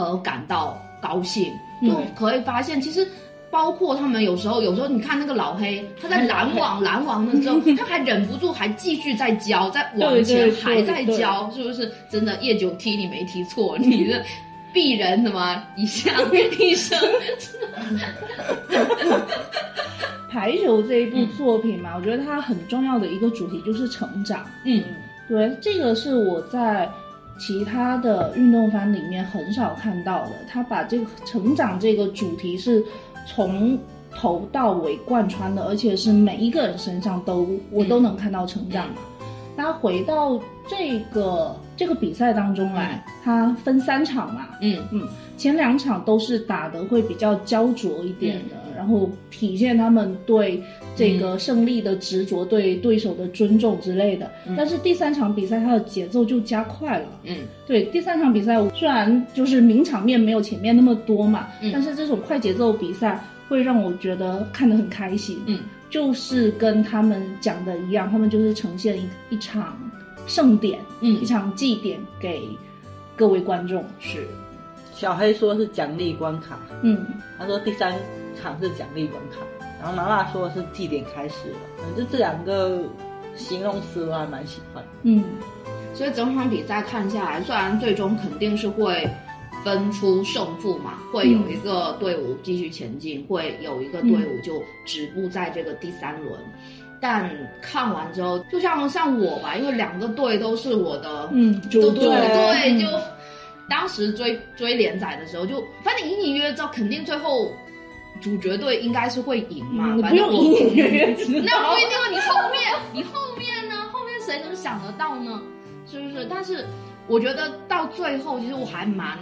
Speaker 2: 而感到高兴，
Speaker 1: 嗯
Speaker 2: 就可以发现其实。包括他们有时候，有时候你看那个老黑，他在拦网拦网的时 候，他还忍不住还继续在教，在往
Speaker 1: 对对
Speaker 2: 前
Speaker 1: 对
Speaker 2: 还在
Speaker 1: 对
Speaker 2: 教，是不是？真的，叶九踢你没踢错，你这鄙人什么一项一生，
Speaker 1: 排球这一部
Speaker 2: 嗯
Speaker 1: 作品嘛，我觉得它很重要的一个主题就是成长。
Speaker 2: 嗯
Speaker 1: 对，这个是我在其他的运动番里面很少看到的。他把这个成长这个主题是从头到尾贯穿的，而且是每一个人身上都我都能看到成长嘛。那回到这个这个比赛当中来，它分三场嘛，
Speaker 2: 嗯
Speaker 1: 前两场都是打得会比较焦灼一点的，
Speaker 2: 嗯
Speaker 1: 然后体现他们对这个胜利的执着、对对手的尊重之类的。
Speaker 2: 嗯
Speaker 1: 但是第三场比赛，它的节奏就加快了。
Speaker 2: 嗯
Speaker 1: 对，第三场比赛虽然就是名场面没有前面那么多嘛，
Speaker 2: 嗯
Speaker 1: 但是这种快节奏比赛会让我觉得看得很开心。
Speaker 2: 嗯，
Speaker 1: 就是跟他们讲的一样，他们就是呈现一一场盛典，一
Speaker 2: 嗯，
Speaker 1: 场祭典给各位观众。
Speaker 2: 是
Speaker 3: 小黑说是奖励关卡，
Speaker 1: 嗯。
Speaker 3: 他说第三场是奖励关卡，然后妈妈说是祭典开始了。反正这两个形容词我还蛮喜欢的。
Speaker 1: 嗯，
Speaker 2: 所以整场比赛看下来，虽然最终肯定是会分出胜负嘛，会
Speaker 1: 嗯
Speaker 2: 有一个队伍继续前进，会有一个队伍就止步在这个第三轮。但看完之后，就像像我吧，因为两个队都是我的
Speaker 1: 嗯，
Speaker 2: 都
Speaker 1: 组
Speaker 2: 对
Speaker 1: 队
Speaker 2: 对，
Speaker 1: 嗯
Speaker 2: 就当时追追连载的时候就，反正隐隐约约知道，肯定最后主角队应该是会赢嘛
Speaker 1: 嗯，
Speaker 2: 反
Speaker 1: 不
Speaker 2: 正
Speaker 1: 用
Speaker 2: 我
Speaker 1: 隐隐约约知道。
Speaker 2: 那不一定，啊你后 面你后面呢？后面谁能想得到呢？是不是？但是我觉得到最后，其实我还蛮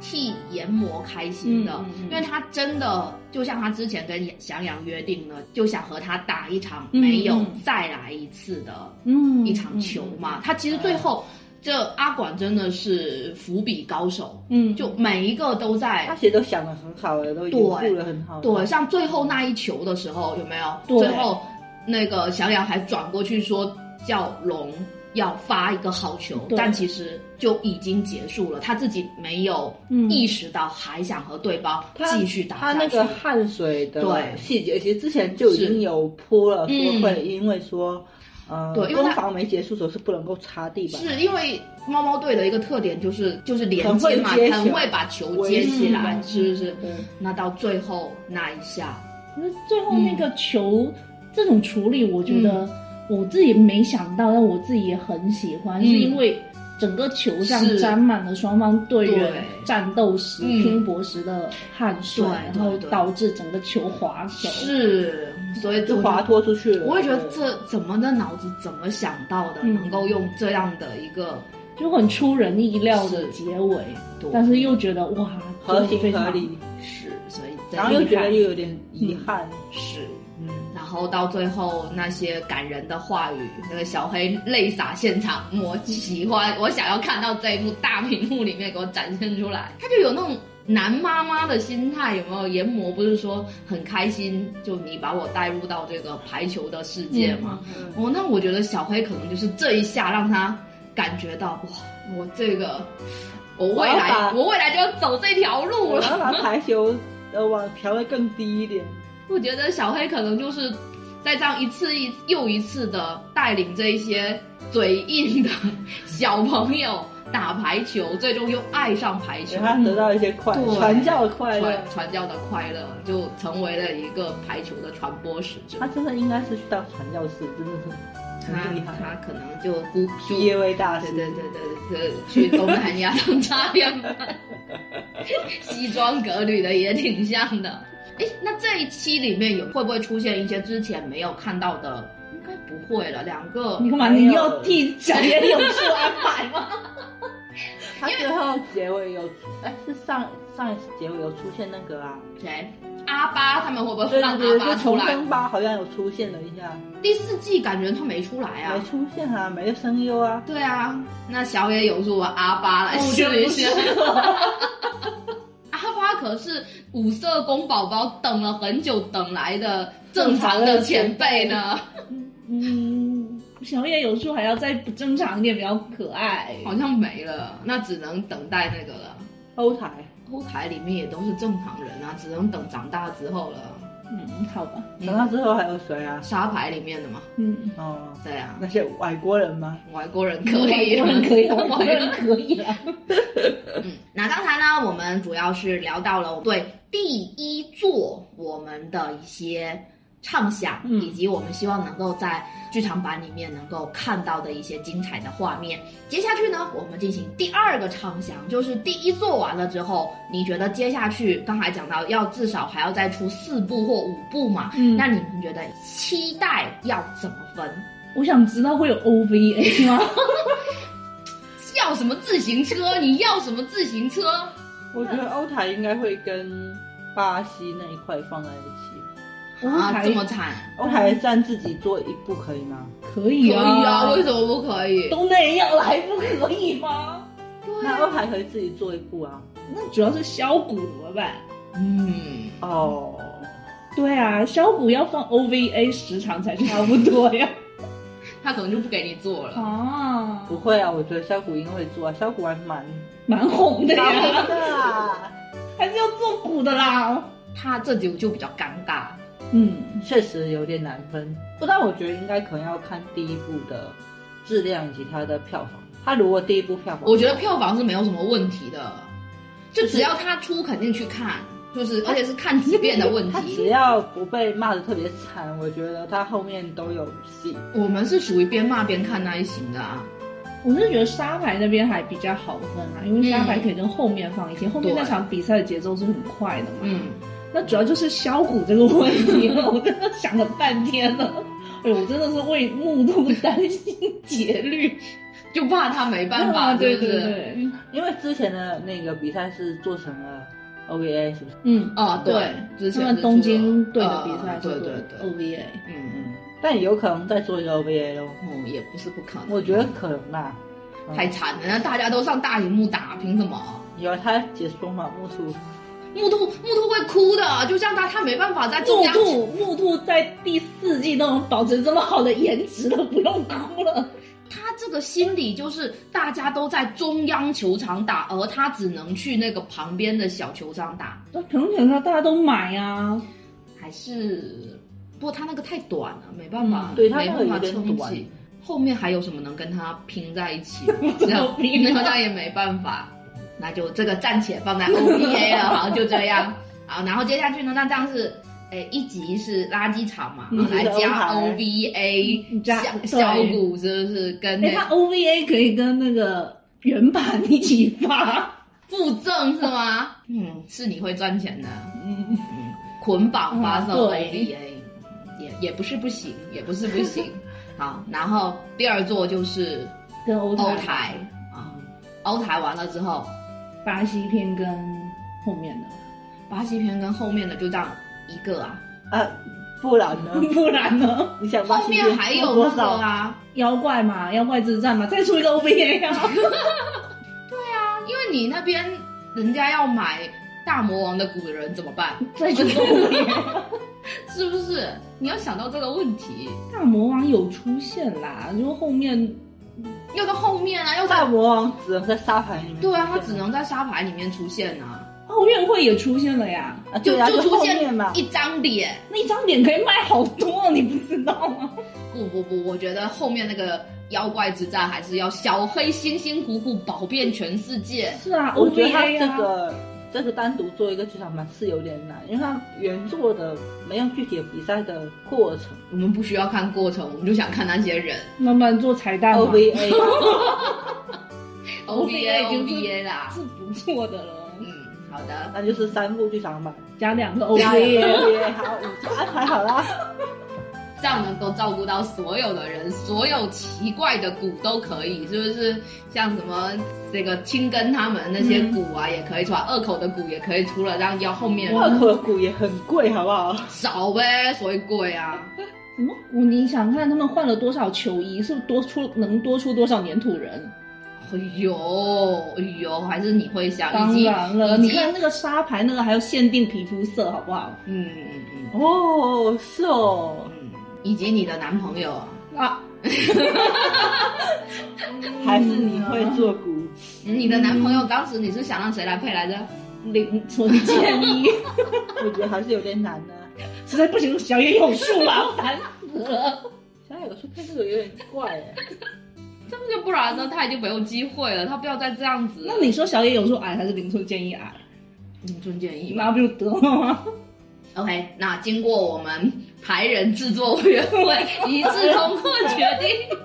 Speaker 2: 替研磨开心的，
Speaker 1: 嗯嗯嗯
Speaker 2: 因为他真的就像他之前跟翔阳约定了，就想和他打一场
Speaker 1: 嗯
Speaker 2: 没有
Speaker 1: 嗯
Speaker 2: 再来一次的
Speaker 1: 嗯
Speaker 2: 一场球嘛。他其实最后。这阿管真的是伏笔高手，
Speaker 1: 嗯，
Speaker 2: 就每一个都在
Speaker 3: 他其实都想的很好了，都已经做的很好了。
Speaker 2: 对，像最后那一球的时候，有没有？
Speaker 1: 对
Speaker 2: 最后那个小雅还转过去说叫龙要发一个好球，
Speaker 1: 对
Speaker 2: 但其实就已经结束了，他自己没有
Speaker 1: 嗯
Speaker 2: 意识到还想和对方
Speaker 3: 他
Speaker 2: 继续打
Speaker 3: 嗯他
Speaker 2: 下
Speaker 3: 那
Speaker 2: 去。
Speaker 3: 个汗水
Speaker 2: 对
Speaker 3: 的细节，其实之前就已经有铺了，
Speaker 2: 嗯
Speaker 3: 说会因为说，呃，
Speaker 2: 对因为他
Speaker 3: 攻防没结束的时候是不能够擦地板，
Speaker 2: 是因为猫猫队的一个特点就是就是连
Speaker 3: 很会
Speaker 2: 接嘛，
Speaker 3: 接球
Speaker 2: 很会把球接起来，
Speaker 1: 嗯
Speaker 2: 是不是？
Speaker 3: 对
Speaker 2: 那到最后那一下，
Speaker 1: 可是嗯最后那
Speaker 2: 嗯
Speaker 1: 个球这种处理，我觉得我自己没想到，但我自己也很喜欢，
Speaker 2: 嗯
Speaker 1: 是因为整个球上
Speaker 2: 是
Speaker 1: 沾满了双方队
Speaker 2: 对
Speaker 1: 员战斗时、
Speaker 2: 嗯
Speaker 1: 拼搏时的汗水，
Speaker 2: 对
Speaker 1: 然
Speaker 2: 对
Speaker 1: 后
Speaker 2: 对
Speaker 1: 导致整个球滑手。
Speaker 2: 是，所以
Speaker 3: 就
Speaker 2: 我
Speaker 3: 滑脱出去了。
Speaker 2: 我也觉得
Speaker 3: 对
Speaker 2: 这怎么的脑子怎么想到的，
Speaker 1: 嗯
Speaker 2: 能够用这样的一个
Speaker 1: 就很出人意料的结尾
Speaker 2: 对，
Speaker 1: 但是又觉得哇，
Speaker 3: 合
Speaker 1: 真的非
Speaker 3: 情
Speaker 1: 常
Speaker 3: 合理，
Speaker 2: 是，所以
Speaker 3: 然后又觉得
Speaker 2: 又
Speaker 3: 又有点遗憾，
Speaker 2: 是，
Speaker 3: 嗯，
Speaker 2: 然后到最后那些感人的话语，那个小黑泪洒现场，我喜欢， 我想要看到这一幕大屏幕里面给我展现出来，他就有那种。男妈妈的心态有没有？研磨不是说很开心，就你把我带入到这个排球的世界吗？
Speaker 3: 嗯
Speaker 2: 哦，那我觉得小黑可能就是这一下让他感觉到哇，我这个我未
Speaker 3: 我要
Speaker 2: 来
Speaker 3: 把
Speaker 2: 我未来就要走这条路
Speaker 3: 我
Speaker 2: 了。
Speaker 3: 要把排球呃往调的更低一点，
Speaker 2: 我觉得小黑可能就是在这样一次一又一次的带领这一些嘴硬的小朋友打排球，最终又爱上排球
Speaker 3: 给。他得到一些快
Speaker 2: 对
Speaker 3: 传教的快乐
Speaker 2: 传。传教的快乐，就成为了一个排球的传播使者
Speaker 3: 他。真的应该是去当传教士，真的是
Speaker 2: 他
Speaker 3: 很厉
Speaker 2: 他
Speaker 3: 害，
Speaker 2: 可能就不就
Speaker 3: 毕业为大
Speaker 2: 对
Speaker 3: 师。
Speaker 2: 对对对对，去东南亚当插边吧，西装革履的也挺像的。哎，那这一期里面有会不会出现一些之前没有看到的？应该不会了，两个
Speaker 1: 你干嘛？
Speaker 3: 没有
Speaker 1: 你要替小 野柳树安排吗？
Speaker 3: 他最后结尾有，哎，是上上一次结尾有出现那个啊，
Speaker 2: 谁？阿巴他们会不会
Speaker 3: 对
Speaker 2: 哦让阿
Speaker 3: 对对，
Speaker 2: 巴
Speaker 3: 就
Speaker 2: 出
Speaker 3: 重
Speaker 2: 来？
Speaker 3: 生吧，好像有出现了一下，
Speaker 2: 第四季感觉他没出来
Speaker 3: 没
Speaker 2: 啊。
Speaker 3: 出现啊，没有声优啊，
Speaker 2: 对啊，那小野有我阿巴来
Speaker 1: 我
Speaker 2: 试
Speaker 1: 觉得
Speaker 2: 一
Speaker 1: 不
Speaker 2: 下
Speaker 1: 是。
Speaker 2: 阿花可是五色宫宝宝等了很久等来的正常的前辈呢。
Speaker 1: 嗯，小野有树还要再不正常一点，比较可爱。
Speaker 2: 好像没了，那只能等待那个了。
Speaker 3: 欧台
Speaker 2: 后台里面也都是正常人啊，只能等长大之后了。
Speaker 1: 嗯，好吧，
Speaker 3: 长大之后还有谁啊？
Speaker 2: 沙牌里面的嘛，
Speaker 1: 嗯，
Speaker 3: 哦，
Speaker 2: 对啊，
Speaker 3: 那些外国人吗？
Speaker 2: 外国人可以，
Speaker 1: 外国人可以，外国啊
Speaker 2: 外国人
Speaker 1: 人可以了。
Speaker 2: 嗯，那刚才呢，我们主要是聊到了对第一座我们的一些畅想，
Speaker 3: 嗯
Speaker 2: 以及我们希望能够在剧场版里面能够看到的一些精彩的画面。接下去呢，我们进行第二个畅想，就是第一座完了之后，你觉得接下去刚才讲到要至少还要再出四部或五部嘛？
Speaker 1: 嗯
Speaker 2: 那你们觉得期待要怎么分？
Speaker 1: 我想知道会有 OVA 吗？
Speaker 2: 要什么自行车？你要什么自行车？
Speaker 3: 我觉得欧台应该会跟巴西那一块放在一起。
Speaker 2: 啊，
Speaker 1: 还
Speaker 2: 这么惨，
Speaker 3: 欧台占自己做一部可以吗？
Speaker 1: 可
Speaker 2: 可
Speaker 1: 以
Speaker 2: 以啊，
Speaker 1: 啊，
Speaker 2: 为什么不可以？
Speaker 1: 都那样了还不可以吗？
Speaker 2: 啊
Speaker 3: 那欧台可以自己做一部啊。
Speaker 1: 那主要是削骨怎么办？
Speaker 2: 嗯，
Speaker 3: 哦，
Speaker 1: 对啊，削骨要放 OVA 时长才差不多呀。
Speaker 2: 他可能就不给你做了。
Speaker 1: 啊
Speaker 3: 不会啊，我觉得小谷应该会做啊，小谷还 蛮
Speaker 1: 蛮红的
Speaker 3: 蛮
Speaker 1: 呀，
Speaker 3: 的啊。
Speaker 1: 还是要做骨的啦。
Speaker 2: 他这集就比较尴尬。
Speaker 1: 嗯，
Speaker 3: 确实有点难分，不但我觉得应该可能要看第一部的质量以及它的票房。它如果第一部票房，
Speaker 2: 我觉得票房是没有什么问题的，就只要他出，肯定去看，就是而且是看几遍的问
Speaker 3: 它只
Speaker 2: 题。
Speaker 3: 要不被骂的特别惨，我觉得它后面都有戏。
Speaker 2: 我们是属于边骂边看那一型的啊。
Speaker 1: 我是觉得沙排那边还比较好分啊，因为沙排可以跟后面放一些，后面那场比赛的节奏是很快的嘛。
Speaker 2: 嗯，
Speaker 1: 那主要就是削骨这个问题了，我真的想了半天了。哎呦，我真的是为木兔担心节律，
Speaker 2: 就怕他没办法，
Speaker 1: 对
Speaker 2: 是不
Speaker 1: 对
Speaker 2: 是
Speaker 1: 对，
Speaker 3: 因为之前的那个比赛是做成了 OVA，是不是？
Speaker 1: 嗯，
Speaker 2: 哦，对，之
Speaker 1: 他
Speaker 2: 前
Speaker 1: 们
Speaker 2: 是
Speaker 1: 东京
Speaker 2: 出了
Speaker 1: 队的比赛
Speaker 2: 呃
Speaker 1: 就
Speaker 2: 对
Speaker 1: 是
Speaker 2: 对对，
Speaker 1: OVA，
Speaker 2: 嗯，
Speaker 3: 嗯，但有可能再做一个 OVA 咯。
Speaker 2: 哦，也不是不可能。
Speaker 3: 我觉得可能啦。嗯
Speaker 2: 太惨了，那大家都上大荧幕打，凭什么？
Speaker 3: 有他解说嘛，木兔
Speaker 2: 木兔木兔会哭的，就像他他没办法在中
Speaker 1: 木
Speaker 2: 央
Speaker 1: 兔木兔在第四季都能保持这么好的颜值了，不用哭了。
Speaker 2: 他这个心理就是大家都在中央球场打，而他只能去那个旁边的小球场打，
Speaker 1: 那可能想到大家都买啊，
Speaker 2: 还是不过他那个太短了，没办法，
Speaker 1: 嗯
Speaker 3: 对他
Speaker 2: 没
Speaker 3: 那个
Speaker 2: 办法
Speaker 3: 有点
Speaker 2: 撑
Speaker 3: 短
Speaker 2: 起。后面还有什么能跟他拼在一起？
Speaker 1: 怎
Speaker 2: 这样
Speaker 1: 么拼啊
Speaker 2: 嗯那他也没办法，那就这个暂且放在 OBA 了，好，就这 样。好，然后接下去呢，那这样是。诶，一集是垃圾场嘛，
Speaker 3: 嗯
Speaker 2: 来加
Speaker 3: 是嗯
Speaker 2: OVA
Speaker 1: 加
Speaker 2: 小
Speaker 1: 对
Speaker 2: 小谷是不是跟
Speaker 1: 哎、
Speaker 2: 那
Speaker 1: 它 OVA 可以跟那个原版一起发，
Speaker 2: 附赠是吗？嗯，是你会赚钱的。
Speaker 1: 嗯，
Speaker 2: 嗯，捆绑发售
Speaker 1: 嗯
Speaker 2: o
Speaker 1: 对
Speaker 2: b a 也也不是不行，也不是不行。 好，然后第二座就是
Speaker 1: 跟欧
Speaker 2: 欧
Speaker 1: 台
Speaker 2: 台啊，欧台完了之后，
Speaker 1: 巴西篇跟后面的，
Speaker 2: 巴西篇跟后面的就这样一个啊，
Speaker 3: 啊，不然呢？
Speaker 1: 不然呢？
Speaker 3: 你想把
Speaker 2: 后面还有
Speaker 3: 多
Speaker 2: 那个
Speaker 3: 少？
Speaker 2: 啊，
Speaker 1: 妖怪嘛，妖怪之战嘛，再出一个 OVA 啊，
Speaker 2: 啊因为你那边人家要买大魔王的古人怎么办？
Speaker 1: 再出一个 OVA。
Speaker 2: 是不是？你要想到这个问题，
Speaker 1: 大魔王有出现啦，就后面
Speaker 2: 要到后面啊，要
Speaker 3: 大
Speaker 2: 到
Speaker 3: 魔王只能在沙盘里面出现。
Speaker 2: 对啊，他只能在沙盘里面出现啊。
Speaker 1: 奥运会也出现了呀，
Speaker 3: 啊，
Speaker 2: 就
Speaker 3: 对啊，
Speaker 2: 就
Speaker 3: 就
Speaker 2: 出
Speaker 3: 后
Speaker 2: 现
Speaker 3: 面嘛。
Speaker 2: 一张脸。
Speaker 1: 那一张脸可以卖好多，你不知道吗？
Speaker 2: 不不不，我觉得后面那个妖怪之战还是要小黑辛辛苦苦跑遍全世界。
Speaker 1: 是啊
Speaker 3: 我觉得他
Speaker 1: ，OVA
Speaker 3: 这
Speaker 1: 啊，
Speaker 3: 个这个单独做一个剧场版是有点难，因为他原作的没有具体的比赛的过程
Speaker 2: 我们不需要看过程，我们就想看那些人。
Speaker 1: 慢慢做彩蛋嘛，
Speaker 3: ，OVA
Speaker 1: 就是
Speaker 2: OVA 啦，
Speaker 1: 是不错的了，
Speaker 2: 嗯，好的，
Speaker 3: 那就是三部剧 场版
Speaker 1: 加两个
Speaker 3: ，OVA
Speaker 1: OVA。
Speaker 3: OVA 好，我就安排好啦。
Speaker 2: 这样能够照顾到所有的人，所有奇怪的鼓都可以，是不是？像什么这个青根他们那
Speaker 3: 嗯
Speaker 2: 些鼓啊，也可以出来，二口的鼓也可以出了，让妖后面
Speaker 3: 二口的鼓也很贵，好不好？
Speaker 2: 少呗，所以贵啊。
Speaker 1: 什么鼓？你想看他们换了多少球衣？是不是多出能多出多少粘土人？
Speaker 2: 哎呦，哎呦，还是你会想，以
Speaker 1: 当
Speaker 2: 及
Speaker 1: 然了，你
Speaker 2: 以及
Speaker 1: 看那个沙牌，那个还有限定皮肤色，好不好？
Speaker 2: 嗯嗯嗯
Speaker 3: 哦，是哦，
Speaker 2: 嗯，以及你的男朋友啊，
Speaker 1: 啊，
Speaker 3: 还是你会做鼓？
Speaker 2: 嗯你的男朋友当时你是想让谁来配来着？
Speaker 1: 零存建议，
Speaker 3: 我觉得还是有点难呢。
Speaker 1: 实在不行，小 野有数啦，烦死了。
Speaker 3: 小野有说配这个有点怪哎，
Speaker 2: 这不就不然呢？他已经没有机会了，他不要再这样子了。嗯
Speaker 1: 那你说小野有说矮还是林村建议矮？
Speaker 2: 林村建议
Speaker 1: 那不就得了 吗？
Speaker 2: OK，那经过我们排人制作委员会 一致通过决定，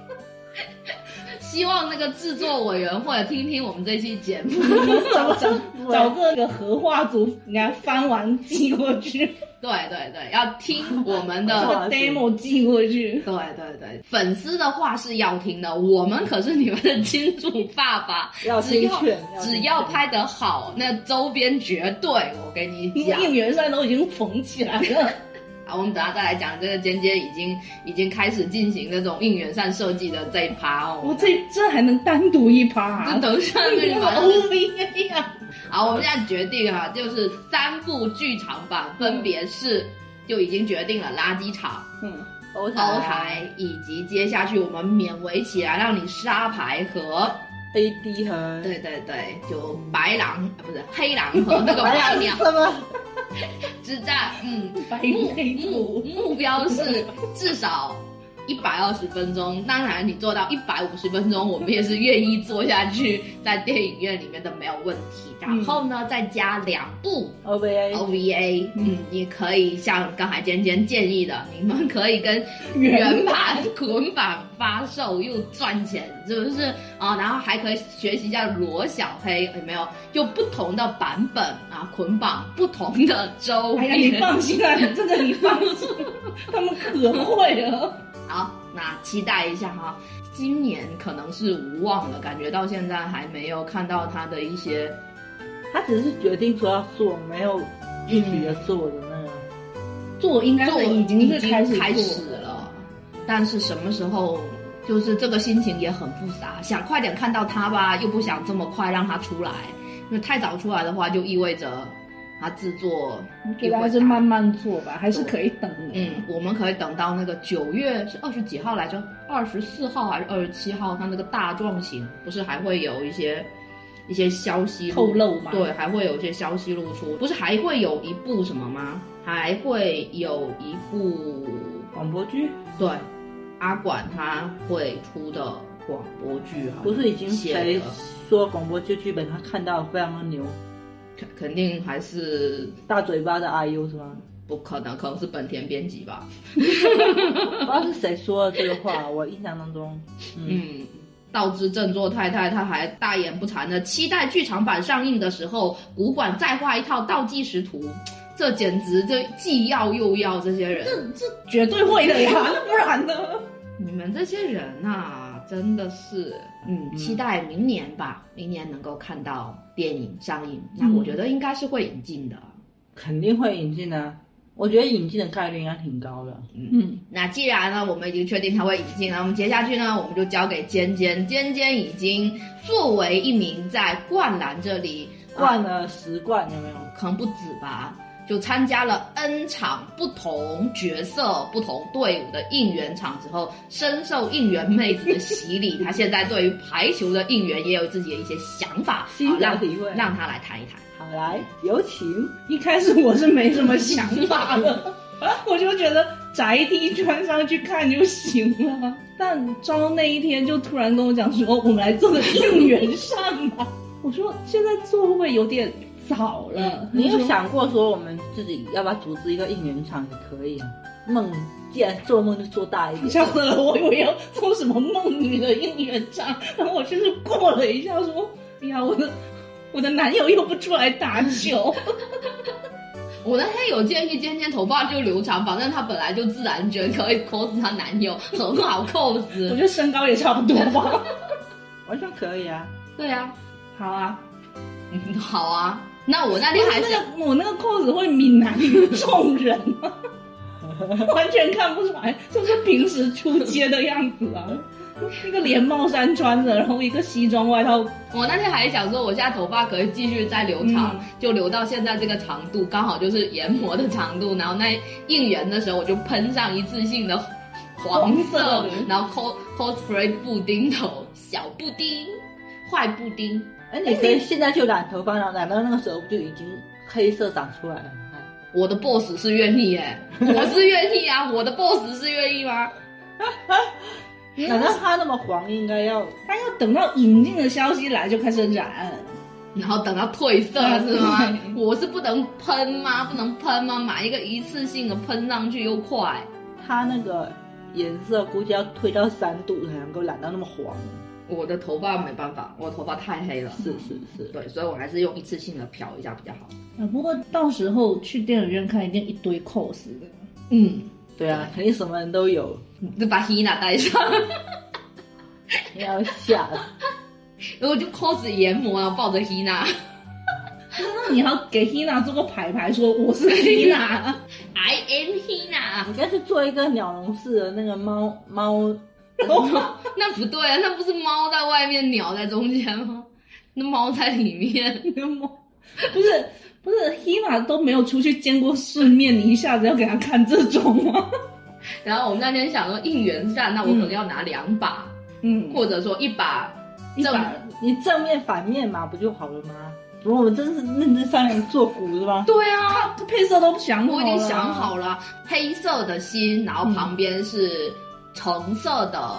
Speaker 2: 希望那个制作委员会听听我们这期节目。
Speaker 1: 找找找个个合画组给他翻完寄过 去，
Speaker 2: 对对对，要听我们
Speaker 1: 把
Speaker 2: 的。
Speaker 1: 个 demo 寄过去。
Speaker 2: 对对对，粉丝的话是要听的，我们可是你们的金主爸爸，
Speaker 3: 要
Speaker 2: 只
Speaker 3: 听
Speaker 2: 要
Speaker 3: 劝，
Speaker 2: 只
Speaker 3: 听
Speaker 2: 要
Speaker 3: 劝
Speaker 2: 拍得好，那周边绝对，我跟你
Speaker 1: 你
Speaker 2: 讲。
Speaker 1: 应援扇都已经缝起来了，
Speaker 2: 好，我们等下再来讲这个间接已经已经开始进行这种应援扇设计的这一趴哦。
Speaker 1: 我这这还能单独一趴、
Speaker 2: 这
Speaker 1: 啊？
Speaker 2: 等一下
Speaker 1: 这
Speaker 2: 那
Speaker 1: 是
Speaker 2: 个马上就
Speaker 1: OVA 啊！
Speaker 2: 好，我们现在决定啊，就是三部剧场版分别
Speaker 3: 嗯
Speaker 2: 是就已经决定了垃圾场、
Speaker 1: 嗯，
Speaker 3: 欧台
Speaker 2: 欧台，以及接下去我们勉为其难让你杀牌和
Speaker 3: AD 和
Speaker 2: 对对对，就白狼啊不是黑狼和那个
Speaker 3: 白
Speaker 2: 白
Speaker 3: 羊
Speaker 2: 鸟
Speaker 3: 什么？
Speaker 2: 之战，嗯，
Speaker 1: 白
Speaker 2: 目
Speaker 1: 黑
Speaker 2: 目
Speaker 1: 土，
Speaker 2: 目标是至少一百二十分钟，当然你做到一百五十分钟，我们也是愿意做下去，在电影院里面的没有问题。然后呢，再加两部
Speaker 3: OVA
Speaker 2: OVA，嗯
Speaker 1: 嗯，
Speaker 2: 也可以像刚才尖尖建议的，你们可以跟
Speaker 1: 原
Speaker 2: 原版 捆绑发售又赚钱，是不是啊？然后还可以学习一下罗小黑有没有，用不同的版本啊捆绑不同的周
Speaker 1: 哎
Speaker 2: 边。
Speaker 1: 呀，你放心啊，这个你放心， 他们可会了。
Speaker 2: 好，那期待一下哈。今年可能是无望的，感觉到现在还没有看到他的一些，
Speaker 3: 他只是决定说要做，没有具体的做的那个。
Speaker 1: 做应该
Speaker 2: 做
Speaker 1: 是已经是
Speaker 2: 开
Speaker 1: 开始
Speaker 2: 始
Speaker 1: 做
Speaker 2: 了，但是什么时候，就是这个心情也很复杂，想快点看到他吧，又不想这么快让他出来，因为太早出来的话，就意味着他制作
Speaker 1: 我觉得还是慢慢做吧，还是可以等的。
Speaker 2: 嗯，我们可以等到那个九月是二十几号来着，二十四号还是二十七号？它那个大壮型不是还会有一些一些消息
Speaker 1: 透露嘛
Speaker 2: 对，还会有一些消息露出，不是还会有一部什么吗？还会有一部
Speaker 3: 广播剧
Speaker 2: 对阿管他会出的广播剧，
Speaker 3: 不是已经
Speaker 2: 写
Speaker 3: 谁
Speaker 2: 了，
Speaker 3: 说广播剧剧本他看到非常的牛，
Speaker 2: 肯肯定还是
Speaker 3: 大嘴巴的 IU 是吗？
Speaker 2: 不可能，可能是本田编辑吧。
Speaker 3: 不知道是谁说的这个话，我印象当中，嗯，
Speaker 2: 嗯，道之振作太太，她还大言不惭的期待剧场版上映的时候，古馆再画一套倒计时图，这简直这既要又要这些人，
Speaker 1: 这绝对会的呀，那不 然呢？
Speaker 2: 你们这些人呐、真的是，嗯，期待明年吧，明年能够看到电影上映，那我觉得应该是会引进的。
Speaker 3: 肯定会引进的。我觉得引进的概率应该挺高的。
Speaker 1: 嗯，
Speaker 2: 那既然呢，我们已经确定它会引进了，我们接下去呢，我们就交给尖尖。尖尖已经作为一名在灌篮这里
Speaker 3: 灌了十罐有没有？
Speaker 2: 可能不止吧，就参加了 N 场不同角色、不同队伍的应援场之后，深受应援妹子的洗礼。他现在对于排球的应援也有自己的一些想法，好
Speaker 3: 心得
Speaker 2: 让
Speaker 3: 体会。
Speaker 2: 让他来谈一谈。
Speaker 3: 好来，有请。
Speaker 1: 一开始我是没什么想法的， 我就觉得宅 T 穿上去看就行了。但招那一天就突然跟我讲说，我们来做个应援扇吧。 我说现在做会不会有点早了？
Speaker 3: 你有想过说我们自己要不要组织一个应援场也可以啊？梦，既然做梦就做大一点。
Speaker 1: 吓死了，我以为要做什么梦女的应援扇， 然后我甚至过了一下说，哎呀，我的我的男友又不出来打球。
Speaker 2: 我那天有建议，尖尖头发就留长，反正她本来就自然卷，可以 cos 她男友，很好
Speaker 1: 我
Speaker 2: cos。
Speaker 1: 觉得身高也差不多吧。
Speaker 3: 完全可以啊。
Speaker 2: 对啊，
Speaker 1: 好啊，
Speaker 2: 嗯好啊。那我那天还
Speaker 1: 那
Speaker 2: 是
Speaker 1: 个我那个扣子会闽南语众人吗？完全看不出来，就是平时出街的样子啊。一个连帽衫穿着，然后一个西装外套，
Speaker 2: 我那天还想说，我现在头发可以继续再留长，
Speaker 1: 嗯
Speaker 2: 就留到现在这个长度，刚好就是研磨的长度。然后那应援的时候，我就喷上一次性的黄色，
Speaker 1: 黄色
Speaker 2: 然后 cos cosplay 布丁头，小布丁，坏布丁。
Speaker 3: 哎，你可以现在就染头发，然后染到那个时候就已经黑色长出来了。哎
Speaker 2: 我的 boss 是愿意耶、我是愿意啊，我的 boss 是愿意吗？原
Speaker 3: 难
Speaker 2: 来
Speaker 3: 道
Speaker 2: 是
Speaker 3: 他那么黄，应该要
Speaker 1: 他要等到引进的消息来就开始染，
Speaker 2: 然后等到褪色是吗
Speaker 1: 对？
Speaker 2: 我是不能喷吗？不能喷吗？买一个一次性的喷上去又快。
Speaker 3: 他那个颜色估计要推到三度才能够染到那么黄。
Speaker 2: 我的头发没办法，我头发太黑了。
Speaker 3: 是是是，
Speaker 2: 对，所以我还是用一次性的漂一下比较好。
Speaker 1: 啊，不过到时候去电影院看一定一堆 cos 的。
Speaker 2: 嗯，
Speaker 3: 对啊，肯定什么人都有，
Speaker 2: 就把 Hina 带上，
Speaker 3: 你要吓死。
Speaker 2: 然后就 cos 研磨，然后抱着 Hina。
Speaker 1: 那你要给 Hina 做个牌牌，说我是 Hina，
Speaker 2: I am Hina，
Speaker 3: 你应该去做一个鸟笼式的那个猫猫，
Speaker 2: 那不对啊，那不是猫在外面，鸟在中间吗？那猫在里面，
Speaker 1: 不是不是 Hina 都没有出去见过世面，你一下子要给他看这种吗？
Speaker 2: 然后我们那天想说应援扇，那我可能要拿两把，
Speaker 1: 嗯，
Speaker 2: 或者说一把
Speaker 1: 一
Speaker 2: 正
Speaker 1: 把
Speaker 3: 你正面反面嘛，不就好了吗？怎么我们真是认真商量做股是吧？
Speaker 2: 对啊，
Speaker 1: 啊，这配色都想好
Speaker 2: 我已经
Speaker 3: 哦
Speaker 1: 了
Speaker 2: 想好了，黑色的心，然后旁边是橙色的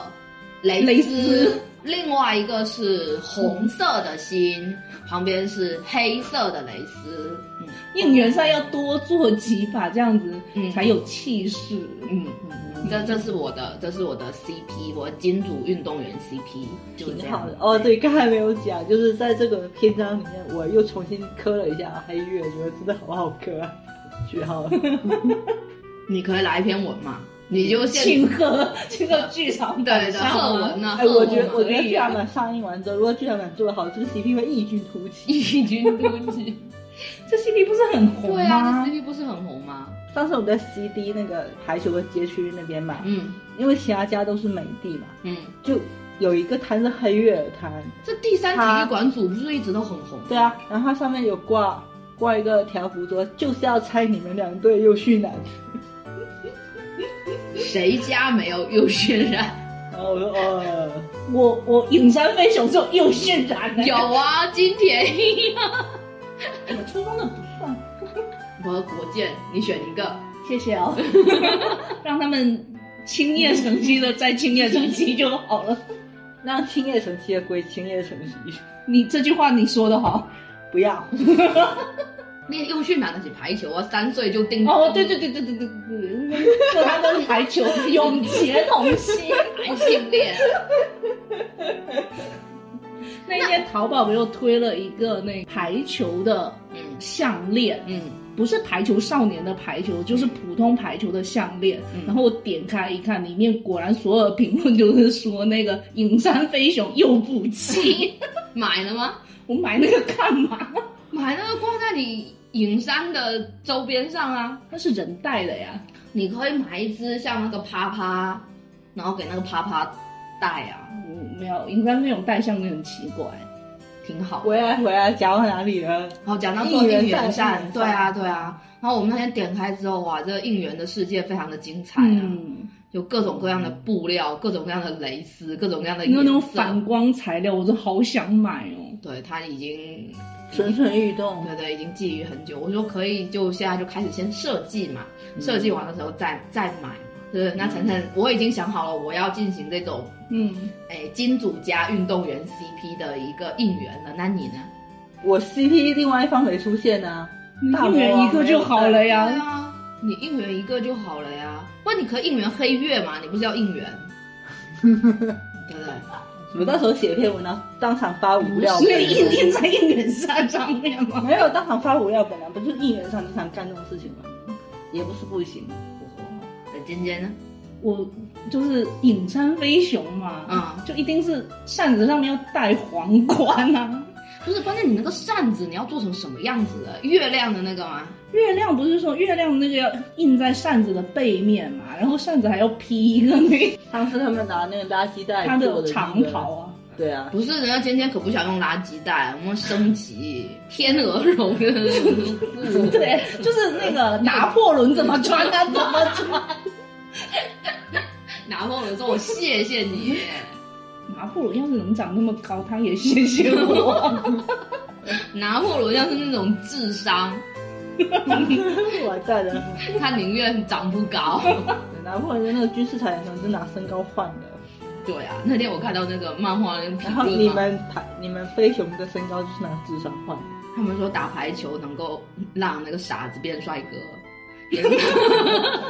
Speaker 2: 蕾
Speaker 1: 蕾
Speaker 2: 丝
Speaker 1: 丝
Speaker 2: 另外一个是红色的心，旁边是黑色的蕾丝。嗯
Speaker 1: 应援赛要多做几把，这样子
Speaker 2: 嗯
Speaker 1: 才有气势。
Speaker 2: 嗯嗯，这这是我的，这是我的 CP，我的金主运动员 CP，就是这
Speaker 3: 挺
Speaker 2: 样
Speaker 3: 好的哦，对，刚才没有讲，就是在这个篇章里面，我又重新磕了一下黑月，觉得真的好好磕啊，句号。
Speaker 2: 你可以来一篇文嘛，你就现
Speaker 1: 庆贺 庆贺剧场
Speaker 2: 对
Speaker 1: 版
Speaker 2: 的
Speaker 1: 上啊
Speaker 2: 贺文呢、啊，
Speaker 3: 哎，我觉
Speaker 2: 贺文可
Speaker 3: 得我觉得
Speaker 2: 以
Speaker 3: 剧场版上映完之后，如果剧场版做得好，这个 CP 会异军突起。
Speaker 2: 异军突 起。
Speaker 1: 这 CP 不是很红
Speaker 2: 对啊，
Speaker 1: 吗
Speaker 2: 这？CP 不是很红吗？
Speaker 3: 上次我们在 CD 那个排球的街区那边买，
Speaker 2: 嗯
Speaker 3: 因为其他家都是美的嘛，
Speaker 2: 嗯，
Speaker 3: 就有一个摊是黑月儿摊，
Speaker 2: 这第三体育馆组不是一直都很红？
Speaker 3: 对啊，然后它上面有挂挂一个条幅说，就是要猜你们两队又去哪。
Speaker 2: 谁家没有右渲染？
Speaker 3: 然后我说哦，
Speaker 1: 我我影山飞熊就又渲染了，
Speaker 2: 有啊，金田一啊，
Speaker 1: 我初中的不算，
Speaker 2: 我和国建，你选一个。
Speaker 1: 谢谢哦， 让他们青叶城西的再青叶城西就好了。
Speaker 3: 让青叶城西的归青叶城西，
Speaker 1: 你这句话你说的好
Speaker 3: 不要。
Speaker 2: 那右渲染的是排球啊，三岁就定
Speaker 1: 哦，对对对对对对 对，对他跟排球 永结同心。
Speaker 2: 同性恋，
Speaker 1: 那天淘宝给我推了一个那排球的
Speaker 2: 嗯
Speaker 1: 项链，
Speaker 2: 嗯
Speaker 1: 不是排球少年的排球，就是普通排球的项链。
Speaker 2: 嗯
Speaker 1: 然后我点开一看，里面果然所有的评论就是说那个影山飞熊又补气，
Speaker 2: 买了吗？
Speaker 1: 我买那个干嘛？
Speaker 2: 买那个挂在你影山的周边上啊，
Speaker 1: 那是人戴的呀，
Speaker 2: 你可以买一只像那个啪啪，然后给那个啪啪戴啊，
Speaker 1: 嗯，没有影山飞熊戴项链很奇怪。
Speaker 2: 挺好的。
Speaker 3: 回来回来，讲到哪里了？
Speaker 2: 然后讲到做
Speaker 3: 应援
Speaker 2: 应援
Speaker 3: 扇
Speaker 2: 扇，
Speaker 3: 应援扇
Speaker 2: 对啊对啊。然后我们那天点开之后，哇，这个应援的世界非常的精彩啊。
Speaker 1: 嗯，
Speaker 2: 有各种各样的布料，各种各样的蕾丝，各种各样的
Speaker 1: 因为那种
Speaker 2: 颜色
Speaker 1: 反光材料，我真好想买哦。
Speaker 2: 对他已经，
Speaker 3: 蠢蠢欲动，
Speaker 2: 对对，已经觊觎很久。我说可以，就现在就开始先设计嘛，设计完的时候再再买嘛，对不对？那晨晨，我已经想好了，我要进行这种
Speaker 1: 嗯，
Speaker 2: 诶金主加运动员 CP 的一个应援了。那你呢？
Speaker 3: 我 CP 另外一方没出现啊。大魔
Speaker 1: 一
Speaker 3: 王
Speaker 1: 元一个就好了
Speaker 2: 对
Speaker 1: 呀。
Speaker 2: 啊，你应援一个就好了呀。不，你可以应援黑月嘛？你不是要应援？对不对？
Speaker 3: 我到时候写篇文章，当场发五料
Speaker 1: 所以一
Speaker 3: 本。
Speaker 1: 定在应援扇上面吗？
Speaker 3: 没有当场发五料本啊，不是应援上经常干这种事情吗？也不是不行。
Speaker 2: 那尖尖呢？
Speaker 1: 我就是影山飞熊嘛，
Speaker 2: 嗯
Speaker 1: 就一定是扇子上面要戴皇冠啊。
Speaker 2: 不是，关键你那个扇子你要做成什么样子的？月亮的那个吗？
Speaker 1: 月亮不是说月亮那个要印在扇子的背面嘛，然后扇子还要披一个那个
Speaker 3: 上次他们拿那个垃圾袋
Speaker 1: 它
Speaker 3: 做
Speaker 1: 的
Speaker 3: 的
Speaker 1: 长袍，啊，
Speaker 3: 对啊，
Speaker 2: 不是，人家尖尖可不想用垃圾袋，我们升级天鹅绒的服
Speaker 1: 对，就是那 个拿破仑怎么穿啊，怎 么穿。
Speaker 2: 拿破仑说：“我谢谢你。
Speaker 1: 拿破仑要是能长那么高，他也谢谢我。”
Speaker 2: 拿破仑要是那种智商，
Speaker 3: 完蛋了！
Speaker 2: 他宁愿长不高。
Speaker 3: 拿破仑那个军事裁员可能是拿身高换的，
Speaker 2: 对啊，那天我看到那个漫画啊那个评
Speaker 3: 然后
Speaker 2: 论
Speaker 3: 你
Speaker 2: 嘛，
Speaker 3: 们排你们飞熊的身高就是拿智商换的，
Speaker 2: 他们说打排球能够让那个傻子变帅哥，啊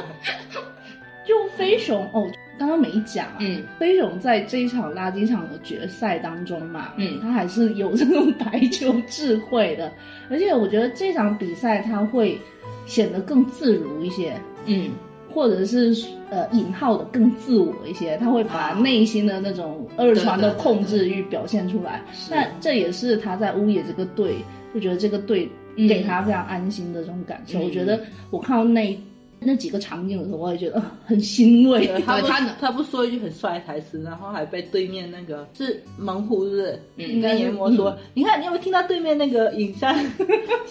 Speaker 1: 就飞熊哦，刚刚没讲啊。
Speaker 2: 嗯，
Speaker 1: 飞熊在这一场垃圾场的决赛当中嘛，
Speaker 2: 嗯
Speaker 1: 他还是有这种排球智慧的，而且我觉得这场比赛他会显得更自如一些，
Speaker 2: 嗯，
Speaker 1: 或者是呃引号的更自我一些，他会把
Speaker 2: 啊
Speaker 1: 内心的那种二传的
Speaker 2: 对对对对
Speaker 1: 控制欲表现出来。
Speaker 2: 是
Speaker 1: 那这也是他在乌野这个队，就觉得这个队
Speaker 2: 嗯
Speaker 1: 给他非常安心的这种感受。
Speaker 2: 嗯
Speaker 1: 我觉得我看到那那几个场景的时候，我也觉得、呃很欣慰。
Speaker 3: 对他不
Speaker 2: 他呢
Speaker 3: 他不说一句很帅的台词，然后还被对面那个是猛虎是不是？
Speaker 2: 嗯
Speaker 3: 应该研磨说，你看你有没有听到对面那个尹山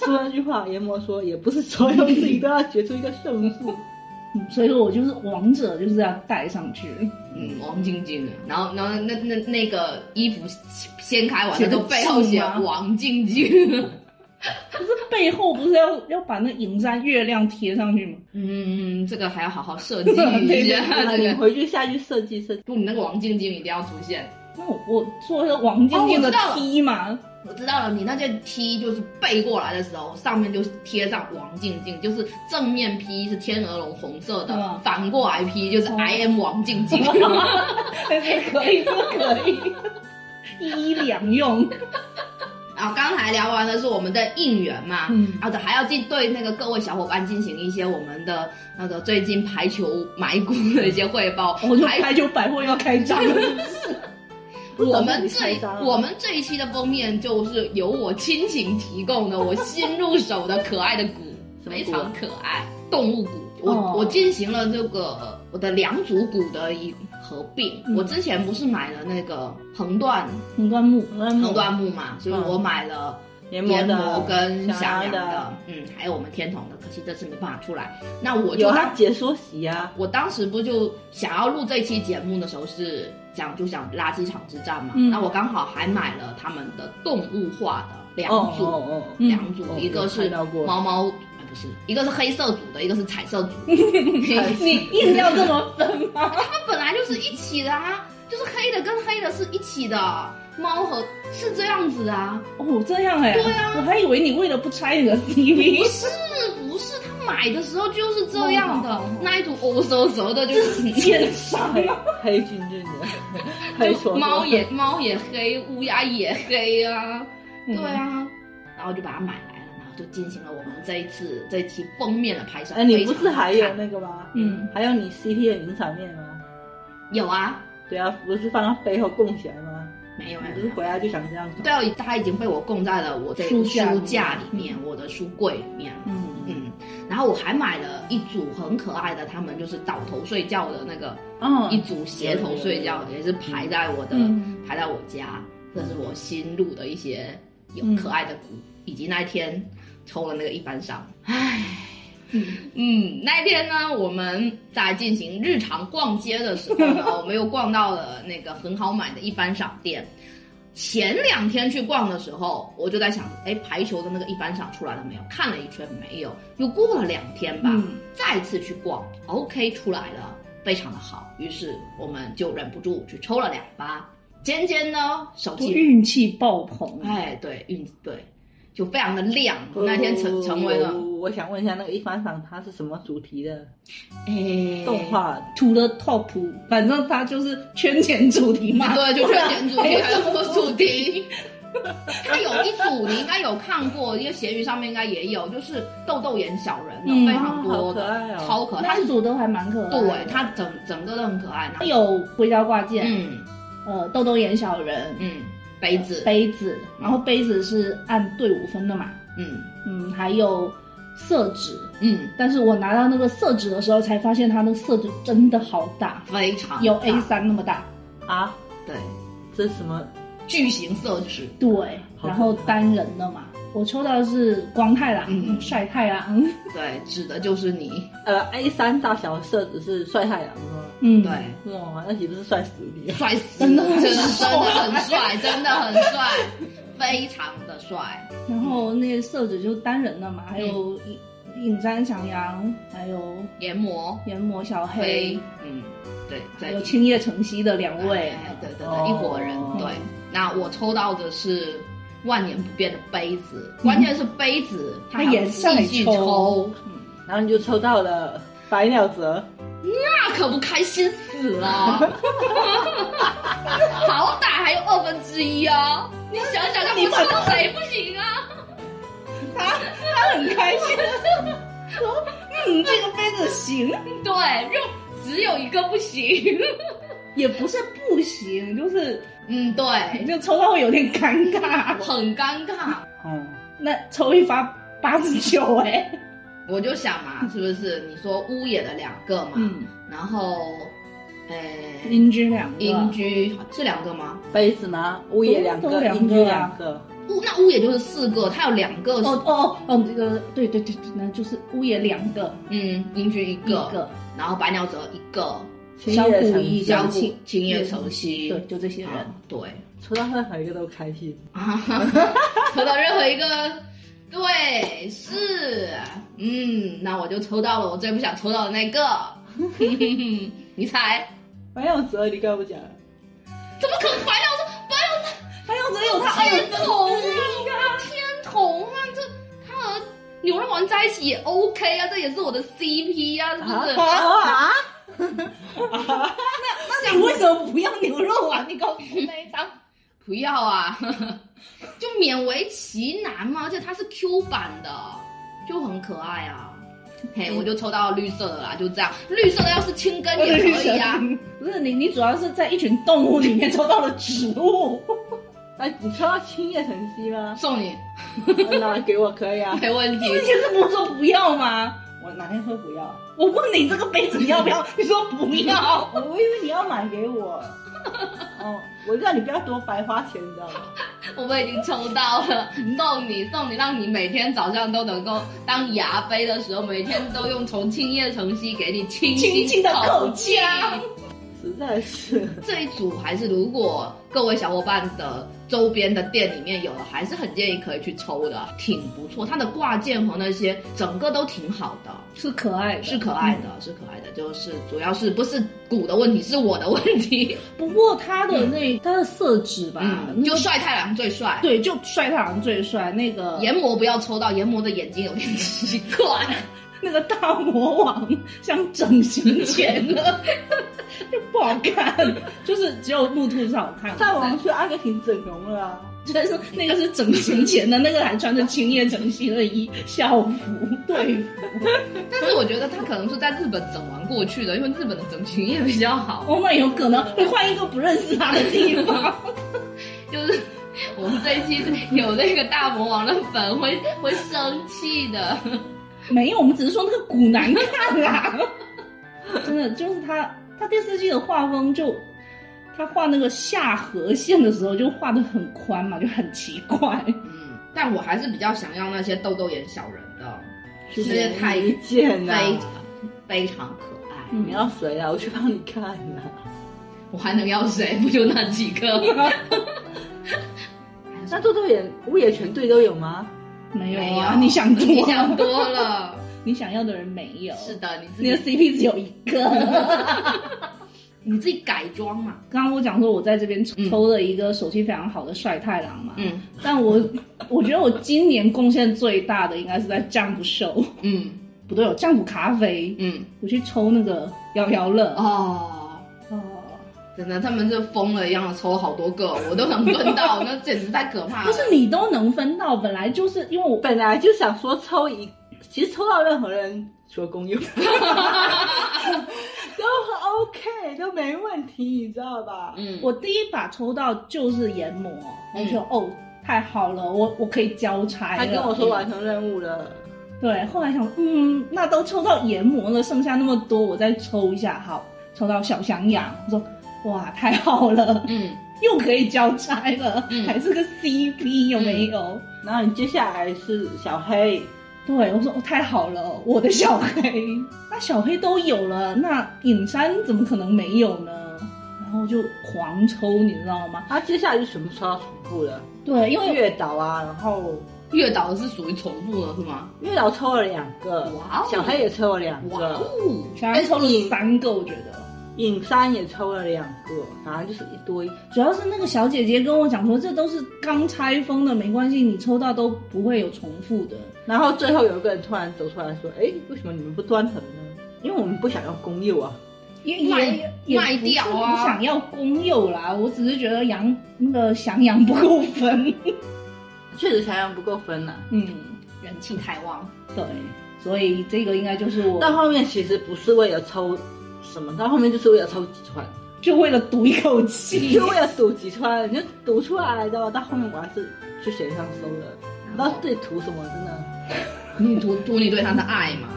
Speaker 3: 说那句话？研磨说，也不是所有自己都要决出一个胜负。
Speaker 1: 嗯所以我就是王者，就是要带上去。
Speaker 2: 嗯，王晶晶啊，然后然后那那那个 E 衣服掀开完
Speaker 1: 写
Speaker 2: 了，
Speaker 1: 个
Speaker 2: 之后背后写
Speaker 1: 字吗
Speaker 2: 王晶晶，
Speaker 1: 可是背后不是要要把那银山月亮贴上去吗？
Speaker 2: 嗯，这个还要好好 设计
Speaker 1: 对
Speaker 2: 一
Speaker 1: 对
Speaker 2: 下，这
Speaker 3: 你
Speaker 2: 个
Speaker 3: 回去下去设计设 计。
Speaker 2: 不，你那个王晶晶一定要出现。
Speaker 1: 那我我做一个王晶晶
Speaker 2: 哦我
Speaker 1: 的
Speaker 2: 知道了
Speaker 1: T 嘛，
Speaker 2: 我知道了，你那件 T 就是背过来的时候，上面就贴上王静静，就是正面 P 是天鹅绒红色的，
Speaker 1: 嗯
Speaker 2: 反过来 P 就是
Speaker 1: 哦
Speaker 2: I am 王静 静。
Speaker 1: 这哎可以，这可以，一两用。
Speaker 2: 然后刚才聊完的是我们的应援嘛，
Speaker 1: 嗯
Speaker 2: 然后还要进对那个各位小伙伴进行一些我们的那个最近排球买股的一些汇报。
Speaker 1: 哦我就
Speaker 2: 排
Speaker 1: 台球百货要开张 了，
Speaker 2: 我们这
Speaker 3: 不怎么开张
Speaker 2: 我们这一期的封面就是由我亲情提供的，我新入手的可爱的鼓，
Speaker 3: 什么
Speaker 2: 非
Speaker 3: 鼓啊
Speaker 2: 常可爱，动物鼓。我、
Speaker 1: 哦
Speaker 2: 我进行了这个我的两组鼓的一合并。
Speaker 1: 嗯
Speaker 2: 我之前不是买了那个横断
Speaker 1: 红冠木。
Speaker 2: 横断木嘛，所以
Speaker 3: 嗯
Speaker 2: 我买了
Speaker 3: 研磨
Speaker 2: 研
Speaker 3: 的
Speaker 2: 磨跟
Speaker 3: 想
Speaker 2: 翔
Speaker 3: 要
Speaker 2: 阳的
Speaker 3: 的，，
Speaker 2: 嗯，还有我们天童的，可惜这次没办法出来。那我就
Speaker 3: 有啊他解说席啊，
Speaker 2: 我当时不就想要录这期节目的时候是讲就讲垃圾场之战嘛，
Speaker 1: 嗯
Speaker 2: 那我刚好还买了他们的动物化的两
Speaker 3: 哦
Speaker 2: 组，
Speaker 3: 哦哦，
Speaker 1: 嗯
Speaker 2: 两组，
Speaker 3: 哦
Speaker 2: 一个
Speaker 3: 我
Speaker 2: 是
Speaker 3: 看到过
Speaker 2: 猫猫，啊不是，一个是黑色组的，一个是彩色组。
Speaker 1: 你硬要这么分吗？
Speaker 2: 它本来就是一起的啊，就是黑的跟黑的是一起的，猫和是这样子啊，
Speaker 1: 哦，这样哎、
Speaker 2: 对啊
Speaker 1: 我还以为你为了不拆你的 CV，
Speaker 2: 不是不是，他买的时候就是这样的
Speaker 1: 哦哦哦，
Speaker 2: 那一组欧蛇蛇的就是
Speaker 1: 奸商
Speaker 3: 黑黑俊俊的， 黑
Speaker 2: 就
Speaker 3: 说
Speaker 2: 猫也猫也黑，乌鸦也黑啊，
Speaker 1: 嗯
Speaker 2: 对啊，然后就把它买来了，然后就进行了我们这一次这一期封面的拍摄。
Speaker 3: 哎，你
Speaker 2: 非
Speaker 3: 不
Speaker 2: 常
Speaker 3: 是还有
Speaker 2: 好看
Speaker 3: 那个吗？
Speaker 1: 嗯，
Speaker 3: 还有你 CP 的名场面吗？
Speaker 2: 有啊？
Speaker 3: 对啊，不是放到背后供起来吗？
Speaker 2: 没有没有没
Speaker 3: 你不是
Speaker 2: 有。
Speaker 3: 回来就想这样搞？
Speaker 2: 对啊，它已经被我供在了我这
Speaker 1: 书
Speaker 2: 书
Speaker 1: 架
Speaker 2: 架里
Speaker 3: 嗯
Speaker 2: 面，我的书柜里面了。
Speaker 1: 嗯，
Speaker 2: 嗯，然后我还买了一组很可爱的，他们就是倒头睡觉的那个，
Speaker 3: 嗯
Speaker 2: 一组斜头睡觉，也是排在我的、
Speaker 1: 嗯
Speaker 2: 排在我家，这是我新录的一些有
Speaker 1: 嗯
Speaker 2: 可爱的鼓，以及那一天抽了那个一般伤，唉。嗯，那一天呢，我们在进行日常逛街的时候呢，我们又逛到了那个很好买的一番赏店。前两天去逛的时候，我就在想，哎，排球的那个一番赏出来了没有？看了一圈没有，又过了两天吧，
Speaker 1: 嗯
Speaker 2: 再次去逛，OK 哦出来了，非常的好。于是我们就忍不住去抽了两发。尖尖呢，手
Speaker 1: 我
Speaker 2: 气，
Speaker 1: 运气爆棚，
Speaker 2: 哎，对，运对，就非常的亮。
Speaker 3: 不
Speaker 2: 那天
Speaker 3: 哦
Speaker 2: 成成为了
Speaker 3: 我我想问一下，那个一番赏它是什么主题的
Speaker 2: 哎
Speaker 3: 动画？
Speaker 1: 除了 top，反正他就是圈钱主题 嘛，
Speaker 2: 对，就圈钱主
Speaker 1: 不然
Speaker 2: 题，还
Speaker 1: 还有
Speaker 2: 有什
Speaker 1: 什
Speaker 2: 么
Speaker 1: 么
Speaker 2: 主
Speaker 1: 主
Speaker 2: 题？ 它有一组你应该有看过，因为闲鱼上面应该也有，就是豆豆眼小人的、
Speaker 1: 嗯
Speaker 2: 非常多的，
Speaker 3: 啊好可爱哦
Speaker 2: 超可爱。它
Speaker 1: 那一
Speaker 2: 是
Speaker 1: 组都还蛮可爱的，
Speaker 2: 对它整整个都很可爱。然后
Speaker 1: 有硅胶挂件，
Speaker 2: 嗯
Speaker 1: 呃，豆豆眼小人，
Speaker 2: 嗯，杯子，
Speaker 1: 杯子，然后杯子是按队伍分的嘛，
Speaker 2: 嗯
Speaker 1: 嗯，还有色纸，
Speaker 2: 嗯，
Speaker 1: 但是我拿到那个色纸的时候，才发现它那个色纸真的好大，
Speaker 2: 非常
Speaker 1: 有
Speaker 2: 大
Speaker 1: A 三那么大。
Speaker 3: 啊，
Speaker 2: 对
Speaker 3: 这是什么？
Speaker 2: 巨型色纸，
Speaker 1: 对，
Speaker 3: 好
Speaker 1: 然后单人的嘛，我抽到的是光太郎、
Speaker 2: 嗯
Speaker 1: 帅太郎，
Speaker 2: 对，指的就是你，
Speaker 3: 呃，A 三大小设置是帅太阳是吗？
Speaker 1: 嗯，
Speaker 2: 对，，
Speaker 3: 哇，那岂不是帅死你？
Speaker 2: 帅死，
Speaker 1: 真的很
Speaker 2: 真的
Speaker 1: 帅
Speaker 2: 真的很帅，真的很帅，非常的帅，
Speaker 1: 然后那些色纸就单人的嘛，还有
Speaker 2: 嗯
Speaker 1: 影影山翔阳，还有
Speaker 2: 研磨
Speaker 1: 研磨小黑
Speaker 2: 黑，，嗯，对对，
Speaker 1: 有青叶城西的两位，
Speaker 2: 哎对对
Speaker 3: 哦
Speaker 2: 对，一伙人。对，那我抽到的是万年不变的杯子，关键是杯子
Speaker 1: 它
Speaker 2: 它还要
Speaker 1: 也上来
Speaker 2: 继续
Speaker 1: 抽
Speaker 2: 抽，
Speaker 3: 然后你就抽到了百鸟折，
Speaker 2: 那可不开心死了。 好歹还有二分之一啊！你想想看，
Speaker 1: 你
Speaker 2: 不
Speaker 1: 把
Speaker 2: 抽谁不行啊？
Speaker 1: 他他很开心，说嗯，这个杯子行，
Speaker 2: 对，就只有一个不行。
Speaker 1: 也不是不行，就是
Speaker 2: 嗯，对，
Speaker 1: 就抽到会有点尴尬。
Speaker 2: 很尴尬。
Speaker 3: 哦，
Speaker 1: 那抽一发八十九，哎，
Speaker 2: 我就想嘛，是不是？你说屋野的两个嘛，
Speaker 1: 嗯，
Speaker 2: 然后，呃，
Speaker 1: 邻居两个，
Speaker 2: 英居是两个吗？
Speaker 3: 杯子吗？屋也两
Speaker 1: 都
Speaker 3: 个，
Speaker 1: 两个啊
Speaker 3: 邻居两个，
Speaker 2: 屋那屋也就是四个，它有两个是，
Speaker 1: 哦哦哦，这个对对对，对那就是屋也两个，
Speaker 2: 嗯，英居一
Speaker 1: 一
Speaker 2: 个，
Speaker 1: 个
Speaker 2: 然后白鸟泽一个，
Speaker 3: 青叶
Speaker 1: 小
Speaker 3: 城
Speaker 1: 谷一
Speaker 3: 西
Speaker 1: 小
Speaker 2: 江
Speaker 1: 谷
Speaker 2: 青青叶城西，
Speaker 1: 对，就这些人。
Speaker 2: 啊对，
Speaker 3: 抽到任何一个都开心。
Speaker 2: 啊，抽到任何一个，对，是，嗯，那我就抽到了我最不想抽到的那个， 你猜？
Speaker 3: 百鸟折你刚不讲，
Speaker 2: 怎么可能白鸟泽？白鸟泽
Speaker 1: 还有只有他
Speaker 2: 天童啊，天童啊，这他和牛肉丸在一起也 OK 啊，这也是我的 CP 啊，是不是？
Speaker 1: 啊！
Speaker 2: 那
Speaker 1: 那 你为什么不要牛肉丸？你告诉我那一张。
Speaker 2: 不要啊，就勉为其难嘛，而且它是 Q 版的，就很可爱啊。嘿，我就抽到绿色的啦，就这样，绿色的要是青根也可以啊。？
Speaker 1: 不是你，你主要是在一群动物里面抽到了植物，
Speaker 3: 哎，你抽到青叶城西 吗啊
Speaker 2: 送你，
Speaker 3: 那给我可以啊。
Speaker 2: 没问题
Speaker 1: 之。前是不是说不要吗？
Speaker 3: 我哪天会不要？
Speaker 1: 我问你这个杯子你要不要？你说不要。
Speaker 3: 哦我以为你要买给我。哦，我让你不要多白花钱，你知道吗？
Speaker 2: 我们已经抽到了，送你，送你，让你每天早上都能够当牙杯的时候，每天都用从青叶城西给你清
Speaker 1: 轻轻
Speaker 2: 新
Speaker 1: 的口
Speaker 2: 口
Speaker 1: 腔。
Speaker 3: 实在是，
Speaker 2: 这一组还是如果各位小伙伴的周边的店里面有了，还是很建议可以去抽的，挺不错。它的挂件和那些整个都挺好的，
Speaker 1: 是可爱，
Speaker 2: 是可爱的，是可爱的。就是主要是不是鼓的问题，是我的问题。
Speaker 1: 不过它的那它的色质吧，
Speaker 2: 嗯，
Speaker 1: 那
Speaker 2: 就帅太郎最帅。
Speaker 1: 对，就帅太郎最帅，那个
Speaker 2: 研磨不要抽到，研磨的眼睛有点奇怪，
Speaker 1: 那个大魔王像整形前了，就 不好看，就是只有木兔是好看的。
Speaker 3: 大王去阿根廷整容了啊！
Speaker 1: 但是那个是整形前的，那个还穿着青叶城西的衣校服 队服。
Speaker 2: 但是我觉得他可能是在日本整完过去的，因为日本的整形也比较好。
Speaker 1: 我哦们有可能会换一个不认识他的地方。
Speaker 2: 就是我们这一期有那个大魔王的粉会会生气的。
Speaker 1: 没有，我们只是说那个骨难看啦。真的，就是他，他电视剧的画风就，他画那个下颌线的时候就画的很宽嘛，就很奇怪。
Speaker 2: 嗯，但我还是比较想要那些豆豆眼小人的，
Speaker 3: 是
Speaker 2: 这些太
Speaker 3: 一见呐、
Speaker 2: 非常非常可爱。
Speaker 1: 嗯
Speaker 3: 你要谁啊？我去帮你看呐、
Speaker 2: 我还能要谁？不就那几个？
Speaker 3: 那豆豆眼屋野全队都有吗？
Speaker 1: 没有
Speaker 2: 没
Speaker 1: 啊，
Speaker 2: 有
Speaker 1: 你想多了，
Speaker 2: 你想多了。
Speaker 1: 你想要的人没有。
Speaker 2: 是的，嗯你自
Speaker 1: 你的
Speaker 2: 己
Speaker 1: CP 只有一个。
Speaker 2: 你自己改装嘛。
Speaker 1: 刚刚我讲说，我在这边
Speaker 2: 嗯
Speaker 1: 抽了一个手气非常好的帅太郎嘛，
Speaker 2: 嗯
Speaker 1: 但我我觉得我今年贡献最大的应该是在 Jump Show，
Speaker 2: 嗯
Speaker 1: 不对，有 Jump 咖啡，
Speaker 2: 嗯
Speaker 1: 我去抽那个摇摇乐。
Speaker 2: 哦。
Speaker 1: 哦，
Speaker 2: 真的，他们是疯了一样的抽好多个，我都能分到， 那简直太可怕了。
Speaker 1: 不是你都能分到，本来就是因为我
Speaker 3: 啊本来就想说抽一，其实抽到任何人除了公友，都 OK，都没问题，你知道吧？
Speaker 2: 嗯，
Speaker 1: 我第一把抽到就是研磨，我
Speaker 2: 嗯
Speaker 1: 就、哦太好了，我我可以交差了。
Speaker 3: 他跟我说完成任务了，
Speaker 1: 对，后来想嗯，那都抽到研磨了，剩下那么多，我再抽一下，好，抽到小翔羊，我说哇太好了，
Speaker 2: 嗯
Speaker 1: 又可以交差了，
Speaker 2: 嗯
Speaker 1: 还是个 CP 有没有？
Speaker 3: 然后你接下来是小黑，
Speaker 1: 对，我说哦，太好了，我的小黑，那小黑都有了，那尹山怎么可能没有呢？然后就狂抽，你知道吗？
Speaker 3: 他接下来就全部抽到重复了，
Speaker 1: 对，因为
Speaker 3: 月岛啊，然后
Speaker 2: 月岛是属于重复的，是吗？
Speaker 3: 月岛抽了两个，
Speaker 2: 哇哦
Speaker 3: 小黑也抽了两
Speaker 2: 哇
Speaker 3: 个，
Speaker 2: 哦！
Speaker 1: 小黑抽了三个，我觉得
Speaker 3: 尹山也抽了两个，反正就是一堆。
Speaker 1: 主要是那个小姐姐跟我讲说，这都是刚拆封的，没关系，你抽到都不会有重复的。
Speaker 3: 然后最后有一个人突然走出来说：“哎，为什么你们不端盒呢？因为我们不想要公幼啊。
Speaker 1: 也
Speaker 2: 卖
Speaker 1: 也也
Speaker 2: 卖掉啊
Speaker 1: 不是不想要公幼啦，我只是觉得养那个降养不够分。
Speaker 3: 确实想养不够分呐、
Speaker 1: 嗯，
Speaker 2: 人气太旺，
Speaker 1: 对，所以这个应该就是
Speaker 3: 到
Speaker 1: 我
Speaker 3: 后面其实不是为了抽什么，到后面就是为了抽几串，
Speaker 1: 就为了赌一口气
Speaker 3: 就。为了赌几串，你就赌出来的。到后面我还是去学校收的，不知
Speaker 1: 啊
Speaker 2: 嗯
Speaker 3: 道自己图什么，真的。
Speaker 2: 你图图你对他的爱嘛，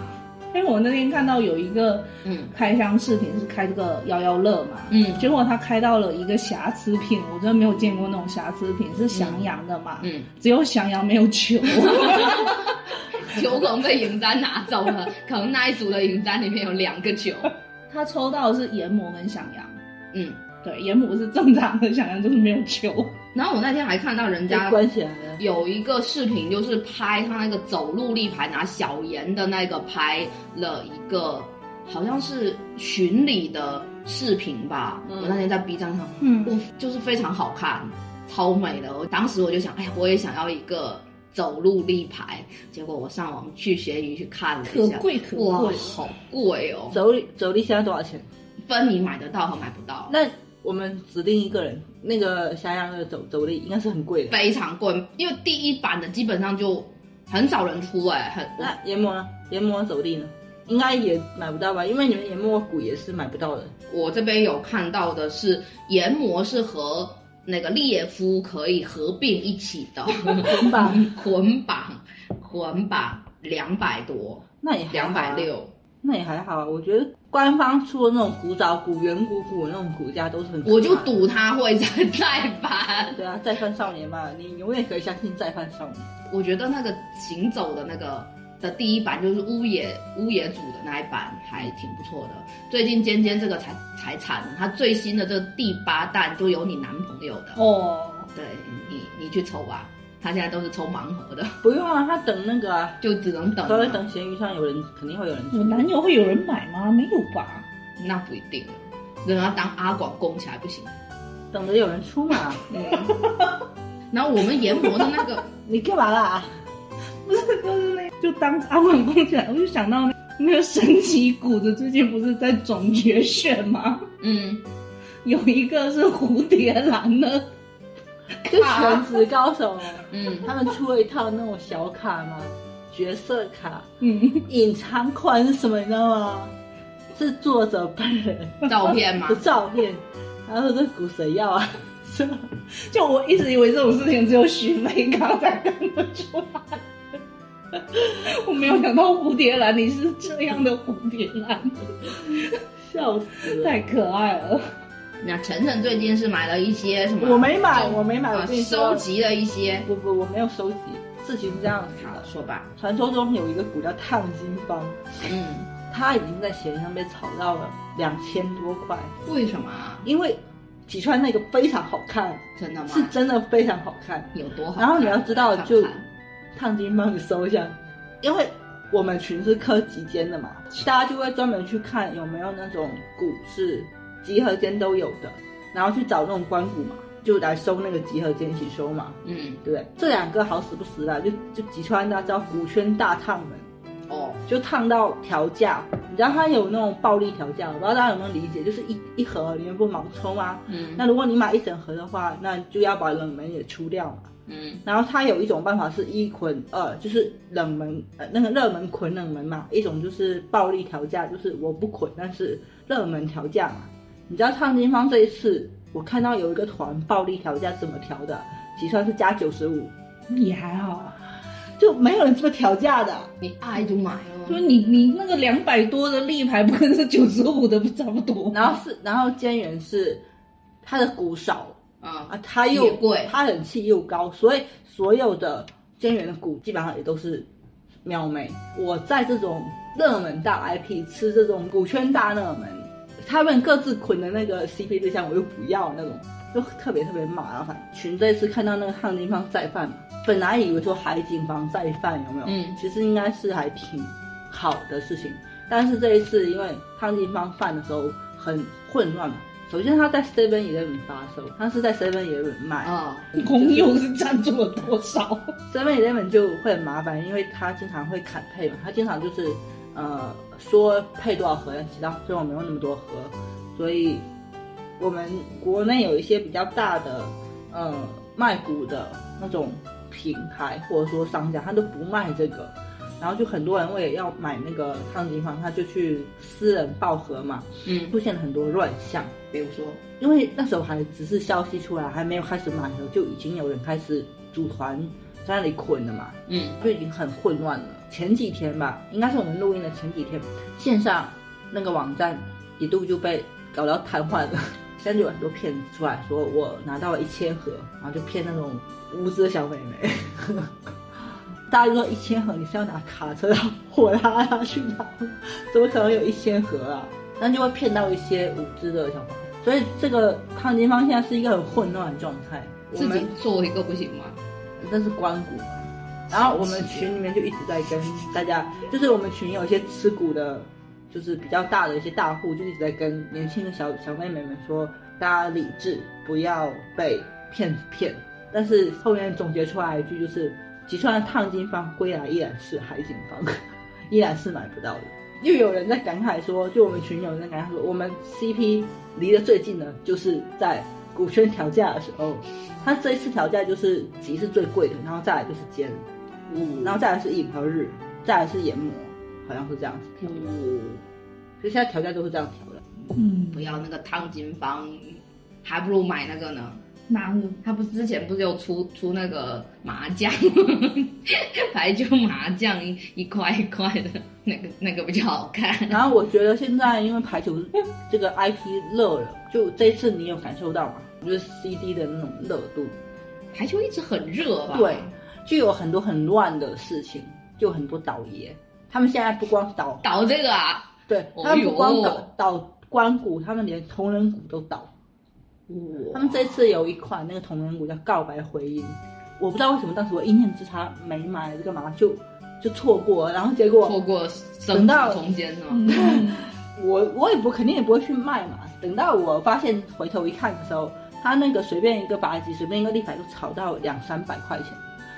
Speaker 1: 因为我那天看到有一个
Speaker 2: 嗯
Speaker 1: 开箱视频是开这个摇摇乐嘛，
Speaker 2: 嗯
Speaker 1: 结果他开到了一个瑕疵品，我真的没有见过那种瑕疵品，是翔阳的嘛，
Speaker 2: 嗯，
Speaker 1: 只有翔阳没有 球。
Speaker 2: 球可能被尹山拿走了，可能那一组的尹山里面有两个球，
Speaker 1: 他抽到的是研磨跟翔阳，
Speaker 2: 嗯，
Speaker 1: 对，研磨是正常的，翔阳就是没有球。
Speaker 2: 然后我那天还看到人
Speaker 3: 被
Speaker 2: 家
Speaker 3: 关起来了，
Speaker 2: 有一个视频，就是拍他那个走路立牌，拿小严的那个拍了一个好像是巡礼的视频吧。
Speaker 3: 嗯
Speaker 2: 我那天在 B 站上，
Speaker 1: 嗯
Speaker 2: 我就是非常好看，超美的。我当时我就想，哎，我也想要一个走路立牌。结果我上网去闲鱼去看了
Speaker 1: 可
Speaker 2: 一下，
Speaker 1: 贵可
Speaker 2: 哇
Speaker 1: 贵，，
Speaker 2: 好贵哦！
Speaker 3: 走里走里现在多少钱？
Speaker 2: 分你买得到和买不到，
Speaker 3: 那我们指定一个人，那个霞阳的走走力应该是很贵的。
Speaker 2: 非常贵，因为第一版的基本上就很少人出、哎，很
Speaker 3: 那研磨呢？研磨走力呢？应该也买不到吧？因为你们研磨股也是买不 到的。
Speaker 2: 我这边有看到的是研磨是和那个列夫可以合并一起的
Speaker 3: 捆绑，
Speaker 2: 捆绑，捆绑两百多，
Speaker 3: 那也还好
Speaker 2: 两
Speaker 3: 啊
Speaker 2: 百，六。
Speaker 3: 那也还好啊。我觉得官方出的那种古早股、远古股那种股价都是很可怕的，
Speaker 2: 我就赌他会再再版。
Speaker 3: 对啊，再犯少年嘛，你永远可以相信再犯少年。
Speaker 2: 我觉得那个行走的那个的第一版就是乌野乌野组的那一版还挺不错的。最近尖尖这个才才惨了，他最新的这第八弹就有你男朋友的，
Speaker 1: 哦，
Speaker 2: 对你你去抽吧，他现在都是抽盲盒的，
Speaker 3: 不用啊，他等那个啊，
Speaker 2: 就只能等
Speaker 3: 可
Speaker 2: 了
Speaker 3: 以。等闲鱼上有人，肯定会有人
Speaker 1: 我
Speaker 3: 出。
Speaker 1: 男友会有人买吗？没有 吧？
Speaker 2: 那不一定，人家当阿广供起来不行。
Speaker 3: 等着有人出 嘛？
Speaker 2: 然后我们研磨的那个，
Speaker 3: 你干嘛啦？
Speaker 1: 就是那就当阿管公起来，我就想到那个神奇谷子最近不是在总决选吗？
Speaker 2: 嗯，
Speaker 1: 有一个是蝴蝶兰的，
Speaker 3: 就全职高手啊，
Speaker 2: 嗯，
Speaker 3: 他们出了一套那种小卡嘛，角色卡，
Speaker 1: 嗯，
Speaker 3: 隐藏款是什么，你知道吗？是作者本人
Speaker 2: 照片嘛
Speaker 3: 的，照片。然后说这股谁要啊？ 是吧
Speaker 1: 就我一直以为这种事情只有许飞刚才干得出来。我没有想到蝴蝶兰，你是这样的蝴蝶兰，
Speaker 3: 笑死了！
Speaker 1: 太可爱了。
Speaker 2: 那晨晨最近是买了一些什么？
Speaker 3: 我没买，
Speaker 2: 就
Speaker 3: 我没买，我
Speaker 2: 呃
Speaker 3: 跟你
Speaker 2: 收
Speaker 3: 说，
Speaker 2: 集了一些。
Speaker 3: 哦不不，我没有收集。事情是这样子
Speaker 2: 好，
Speaker 3: 的，
Speaker 2: 说吧，
Speaker 3: 传说中有一个股叫烫金帮，
Speaker 2: 嗯，
Speaker 3: 它已经在闲鱼上被炒到了两千多块，
Speaker 2: 为什么啊？
Speaker 3: 因为几川那个非常好看，
Speaker 2: 真的吗？
Speaker 3: 是真的非常好看。
Speaker 2: 有多好看？
Speaker 3: 然后你要知道就
Speaker 2: 看看
Speaker 3: 烫金帮你搜一下，因为我们群是科级间的嘛，大家就会专门去看有没有那种股是集合间都有的，然后去找那种关股嘛，就来收那个集合间一起收嘛。
Speaker 2: 嗯，
Speaker 3: 对不对？这两个好死不死啦，就就吉川大招股圈大烫门，
Speaker 2: 哦，
Speaker 3: 就烫到调价。你知道它有那种暴力调价，我不知道大家有没有理解，就是一一盒你们不盲抽吗？
Speaker 2: 嗯，
Speaker 3: 那如果你买一整盒的话，那就要把冷门也出掉嘛。
Speaker 2: 嗯
Speaker 3: 然后它有一种办法是一捆二，就是冷门呃那个热门捆冷门嘛，一种就是暴力调价，就是我不捆，但是热门调价嘛。你知道烫金方这一次，我看到有一个团暴力调价怎么调的，吉川是加九十五。
Speaker 1: 也还好啊，
Speaker 3: 就没有人这么调价的。
Speaker 2: 你爱就买
Speaker 1: 就
Speaker 2: 哦。
Speaker 1: 你你那个两百多的立牌，不跟这九十五的不差不多？
Speaker 3: 然后是，然后菅原是他的股少
Speaker 2: 啊，
Speaker 3: 啊，他
Speaker 2: 也
Speaker 3: 又
Speaker 2: 贵
Speaker 3: 他人气又高，所以所有的菅原的股基本上也都是秒没。我在这种热门大 IP 吃这种股圈大热门，他们各自捆的那个 CP 对象我又不要那种，就特别特别麻烦。群这次看到那个汉金方再犯嘛，本来以为说海景房再犯有没有？
Speaker 2: 嗯
Speaker 3: 其实应该是还挺好的事情。但是这一次，因为汤金芳犯的时候，很混乱嘛。首先，它在 Seven Eleven 发售，它是在 Seven Eleven 卖
Speaker 2: 哦，
Speaker 1: 红油是占住了多少？
Speaker 3: ，Seven Eleven 就会很麻烦，因为它经常会砍配嘛，它经常就是呃说配多少盒，但其实它最后没有那么多盒，所以我们国内有一些比较大的呃卖股的那种品牌或者说商家，他都不卖这个，然后就很多人为了要买那个烫金方，他就去私人报盒嘛，
Speaker 2: 嗯，
Speaker 3: 出现了很多乱象。
Speaker 2: 比如说，
Speaker 3: 因为那时候还只是消息出来，还没有开始买的时候，就已经有人开始组团在那里捆了嘛，
Speaker 2: 嗯
Speaker 3: 就已经很混乱了。前几天吧，应该是我们录音的前几天，线上那个网站一度就被搞到瘫痪了。 现在就有很多骗子出来说，我拿到了一千盒，然后就骗那种无知的小妹妹。 大家就说一千盒你是要拿卡车货拉下去拿，怎么可能有一千盒啊？那就会骗到一些无知的小朋友。所以这个烫金方现在是一个很混乱的状态。我
Speaker 4: 自己
Speaker 3: 们
Speaker 4: 做一个不行吗？
Speaker 3: 那是关谷嘛。然后我们群里面就一直在跟大家，就是我们群有一些吃股的，就是比较大的一些大户，就一直在跟年轻的小小妹妹们说，大家理智，不要被骗子骗。但是后面总结出来一句就是，即算烫金方归来，依然是海景房，依然是买不到的。又有人在感慨说，就我们群友在感慨说，我们 CP 离得最近的就是在股权调价的时候，它这一次调价就是集是最贵的，然后再来就是尖，
Speaker 2: 嗯
Speaker 3: 然后再来是影和日，再来是研磨，好像是这样子。所以现在调价都是这样调的。
Speaker 1: 嗯
Speaker 2: 不，要那个烫金方，还不如买那个呢。
Speaker 1: 哪个？
Speaker 4: 他不之前不是有出出那个麻将， 排球麻将一一块一块的那个那个比较好看。
Speaker 3: 然后我觉得现在因为排球这个 IP 热了，就这一次你有感受到吗？就是 CD 的那种热度，
Speaker 4: 排球一直很热吧？
Speaker 3: 对，就有很多很乱的事情，就有很多倒爷，他们现在不光倒，
Speaker 4: 倒这个啊，
Speaker 3: 对
Speaker 4: 哦
Speaker 3: 他们不光
Speaker 4: 哟
Speaker 3: 搞倒关谷，他们连同人谷都倒。他们这次有一款那个同人股叫《告白回音》，我不知道为什么当时我一念之差没买，干嘛就就错过了，然后结
Speaker 4: 错
Speaker 2: 嗯
Speaker 3: 果
Speaker 4: 过生
Speaker 3: 等到
Speaker 4: 死中间呢。
Speaker 1: 嗯，
Speaker 3: 我我也不肯定也不会去卖嘛。等到我发现回头一看的时候，他那个随便一个八级，随便一个立牌就炒到两三百块钱，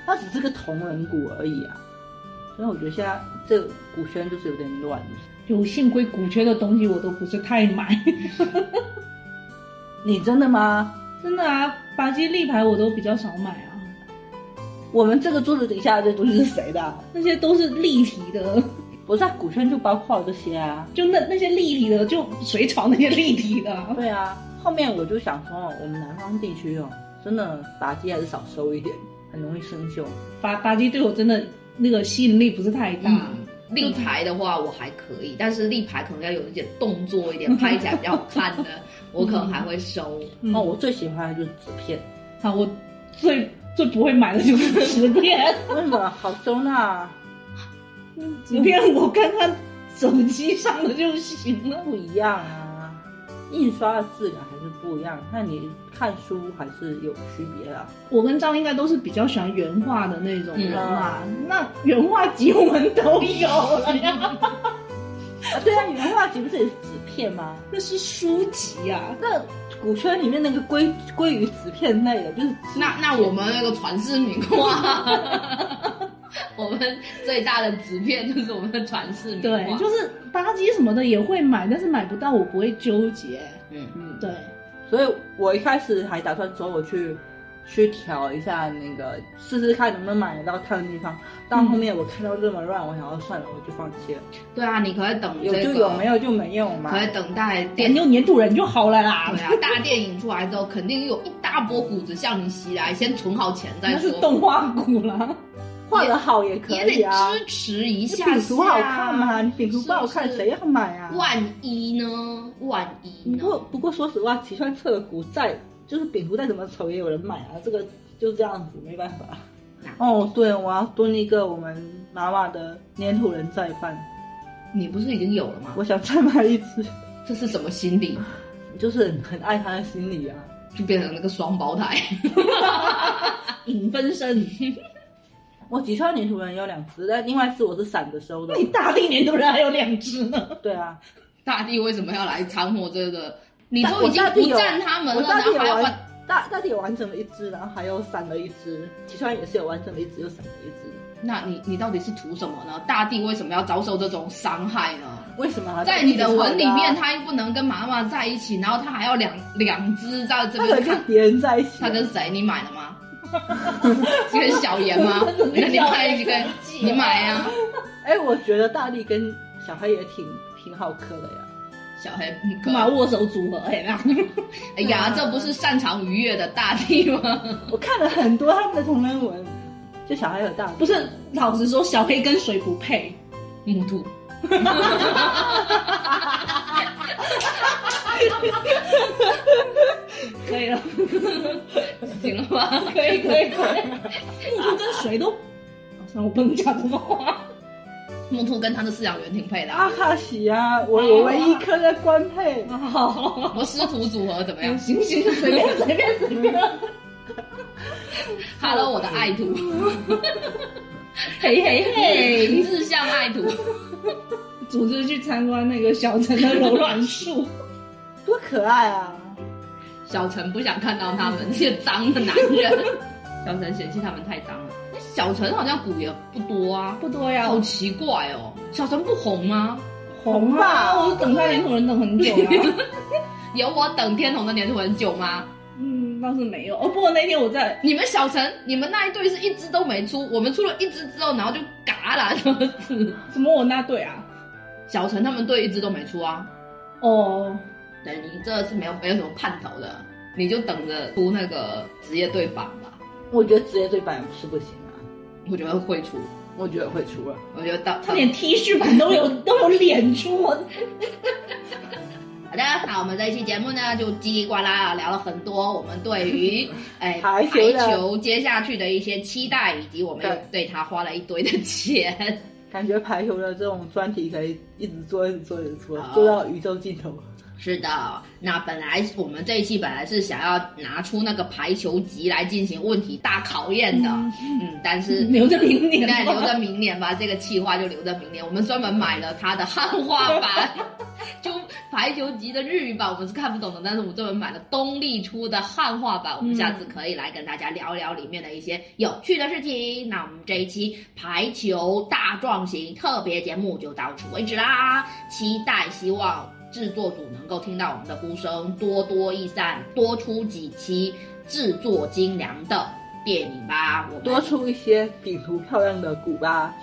Speaker 3: 那只是个同人股而已啊。所以我觉得现在这个股圈就是有点乱。
Speaker 1: 有幸亏股权的东西我都不是太买，
Speaker 3: 你真的吗？
Speaker 1: 真的啊，巴基立牌我都比较少买啊，
Speaker 3: 我们这个桌子底下这东西是谁的啊？
Speaker 1: 那些都是立体的，
Speaker 3: 不是、啊、股圈就包括了这些啊。
Speaker 1: 就那那些立体的，就水草那些立体的 啊，
Speaker 3: 对啊，后面我就想说，我们南方地区哦，真的打击还是少收一点，很容易生锈。
Speaker 1: 巴巴基对我真的那个吸引力不是太大。
Speaker 4: 嗯，立牌的话我还可以，但是立牌可能要有一点动作一点，拍起来比较好看的，我可能还会收。
Speaker 1: 嗯
Speaker 3: 哦，我最喜欢的就是纸片，
Speaker 1: 好，我最最不会买的就是纸片，
Speaker 3: 为什么好收纳啊？
Speaker 1: 纸片我看看手机上的就行了。
Speaker 3: 不一样啊，印刷的质感还是不一样。那你看书还是有区别啊。
Speaker 1: 我跟张应该都是比较喜欢原画的那种
Speaker 4: 嗯
Speaker 1: 人啦，那原画集我们都有了 呀，
Speaker 3: 啊对啊，原画集不是也是纸片吗？
Speaker 1: 那是书籍啊。
Speaker 3: 那古圈里面那个归归于纸片类的，就是纸
Speaker 4: 那那我们那个传世名画， 我们最大的纸片就是我们的传世名
Speaker 1: 对
Speaker 4: 画。，
Speaker 1: 就是吧唧什么的也会买，但是买不到我不会纠结。
Speaker 4: 嗯，
Speaker 3: 嗯，
Speaker 1: 对，
Speaker 3: 所以我一开始还打算说我去去调一下那个，试试看能不能买得到烫金方。到后面我看到这么乱，我想要算了，我就放弃了。
Speaker 4: 对啊，你可以等
Speaker 3: 有
Speaker 4: 这
Speaker 3: 就
Speaker 4: 个，
Speaker 3: 有，没有就没有嘛。
Speaker 4: 可以等待
Speaker 1: 点
Speaker 4: 电。
Speaker 1: 就粘土人就好了啦
Speaker 4: 对。啊，大电影出来之后，肯定有一大波谷子向你袭来，先存好钱再
Speaker 1: 那
Speaker 4: 说
Speaker 1: 是。动画股啦，
Speaker 3: 画的好也可
Speaker 4: 也
Speaker 3: 以啊。
Speaker 4: 得支持一
Speaker 3: 你
Speaker 4: 下下。
Speaker 3: 饼图好看吗？你饼图不好看，
Speaker 4: 是不是
Speaker 3: 谁要买啊？
Speaker 4: 万一呢？万一
Speaker 3: 不
Speaker 4: 呢？
Speaker 3: 过不过说实话，齐川侧的股再就是饼图再怎么丑也有人买啊，这个就这样子，没办法。哦，对，我要蹲一个我们妈妈的粘土人再犯，
Speaker 4: 你不是已经有了吗？
Speaker 3: 我想再买一只，
Speaker 4: 这是什么心理？
Speaker 3: 就是很很爱他的心理啊。
Speaker 4: 就变成那个双胞胎。
Speaker 1: 影分身。
Speaker 3: 我吉川粘土人有两只，但另外一只我是散着收的
Speaker 1: 那。你大地粘土人还有两只呢，
Speaker 3: 对啊，
Speaker 2: 大地为什么要来掺和这个？你
Speaker 3: 但
Speaker 2: 都
Speaker 3: 我
Speaker 2: 已经
Speaker 3: 大地
Speaker 2: 不
Speaker 3: 有啊
Speaker 2: 站他们
Speaker 3: 我
Speaker 2: 了，
Speaker 3: 大
Speaker 2: 然
Speaker 3: 地
Speaker 2: 后
Speaker 3: 也
Speaker 2: 还要
Speaker 3: 完
Speaker 2: 把
Speaker 3: 大大地也完整了一只，然后还有散了一只，齐川也是有完整了一只又散了一只，
Speaker 2: 那你你到底是图什么呢？大地为什么要遭受这种伤害呢？
Speaker 3: 为什么还啊
Speaker 2: 在你的文里面，
Speaker 3: 他
Speaker 2: 他又不能跟妈妈在一起，然后他还要两两只在这
Speaker 3: 他可
Speaker 2: 边
Speaker 3: 能
Speaker 2: 看
Speaker 3: 跟，别人在一起，
Speaker 2: 他跟谁？你买了 吗？跟小严吗？
Speaker 1: 跟
Speaker 2: 那你
Speaker 1: 小
Speaker 2: 买
Speaker 1: 严
Speaker 2: 一个
Speaker 1: 生，气
Speaker 2: 你
Speaker 1: 了
Speaker 2: 买呀、啊。
Speaker 3: 哎，我觉得大力跟小黑也挺挺好磕的呀。
Speaker 2: 小黑不可
Speaker 1: 干嘛握手组合 哎、那
Speaker 2: 哎呀，这不是擅长愉悦的大地吗？
Speaker 3: 我看了很多他们的同人文，就小黑和大力
Speaker 1: 不是，老实说，小黑跟谁不配？
Speaker 2: 母兔，
Speaker 1: 可以了，
Speaker 2: 行了吗？
Speaker 1: 啊可以可以可以，木兔跟谁都，好像我不能讲这个话。
Speaker 2: 木兔跟他的饲养员挺配的、啊。
Speaker 3: 阿卡西啊，我我唯一磕的官配，
Speaker 1: 好，
Speaker 2: 我师徒组合怎么样
Speaker 1: 行行，随便随便随便，
Speaker 2: ？Hello，我的爱徒，
Speaker 1: 嘿嘿嘿，
Speaker 2: 日向爱徒，
Speaker 1: 组织去参观那个小城的柔软树。
Speaker 3: 多可爱啊！
Speaker 2: 小陈不想看到他们这些脏的男人。小陈嫌弃他们太脏了。那小陈好像骨也不多啊，
Speaker 1: 不多呀，
Speaker 2: 好奇怪哦。小陈不红吗？
Speaker 1: 红啊！我等他连同人等很久啊了。
Speaker 2: 有我等天红的年头很久吗？
Speaker 1: 嗯，倒是没有。哦，不过那天我在
Speaker 2: 你们小陈，你们那一队是一只都没出，我们出了一只之后，然后就嘎啦什么子。
Speaker 1: 什么我那队啊？
Speaker 2: 小陈他们队一只都没出啊，
Speaker 1: 哦，
Speaker 2: 对你这是没有没有什么盼头的，你就等着出那个职业队榜吧。
Speaker 3: 我觉得职业对版是不行啊，
Speaker 2: 我觉得会出，
Speaker 3: 我觉得会出啊。
Speaker 2: 我觉得到
Speaker 1: 他连 T 恤版都 有都有脸出，我
Speaker 2: 好的，那我们这一期节目呢，就叽里呱啦聊了很多，我们对 于哎
Speaker 3: 排
Speaker 2: 排
Speaker 3: 球的
Speaker 2: 球接下去的一些期待，以及我们又对他花了一堆的钱。
Speaker 3: 感觉排球的这种专题可以一直做，一直做，一直做，
Speaker 2: 好
Speaker 3: 做到宇宙尽头。
Speaker 2: 是的，那本来我们这一期本来是想要拿出那个排球集来进行问题大考验的，嗯，但是
Speaker 1: 留着明年吧
Speaker 2: 那留着明年吧，这个企划就留着明年。我们专门买了它的汉化版， 就排球集的日语版我们是看不懂的，但是我们专门买了东立出的汉化版，我们下次可以来跟大家聊聊里面的一些有趣的事情。那我们这一期排球大壮型特别节目就到此为止啦，期待希望。制作组能够听到我们的呼声，多多益善，多出几期制作精良的电影吧。我们
Speaker 3: 多出一些比图漂亮的鼓吧，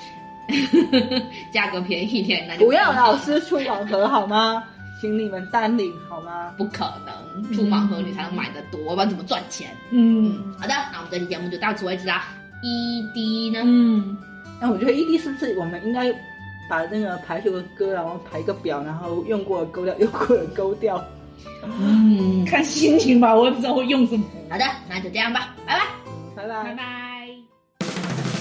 Speaker 2: 价格便宜一点，那就
Speaker 3: 不要老是出盲盒好吗？请你们单领好吗？
Speaker 2: 不可能，出盲盒你才能买得多，不然怎么赚钱？
Speaker 1: 嗯
Speaker 2: 好的，那我们这期节目就到此为止啦。ED 呢？
Speaker 1: 嗯，
Speaker 3: 那我觉得 ED 是不是我们应该把那个排球的歌，然后排一个表，然后用过的勾掉，用过的勾掉。
Speaker 2: 嗯，
Speaker 1: 看心情吧，我也不知道会用什么。
Speaker 2: 好的，那就这样吧，拜拜，
Speaker 3: 拜拜。
Speaker 2: 拜拜。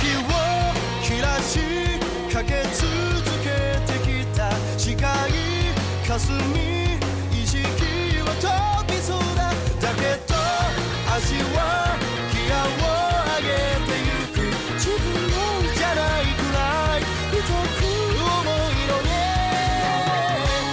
Speaker 5: 息を切らしかけ続けてきた視界霞み意識は飛びそうだだけど足はギアを上げてゆく自分のじゃないくらい太く思いのね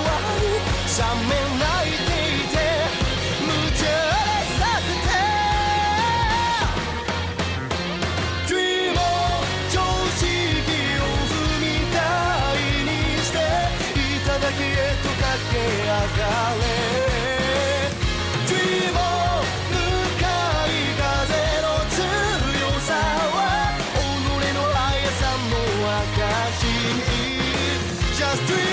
Speaker 5: め泣いていて夢中でさせて君も常識を踏み台にして頂きへと駆け上がれ君も向かい風の強さは己の速さの証し Just dream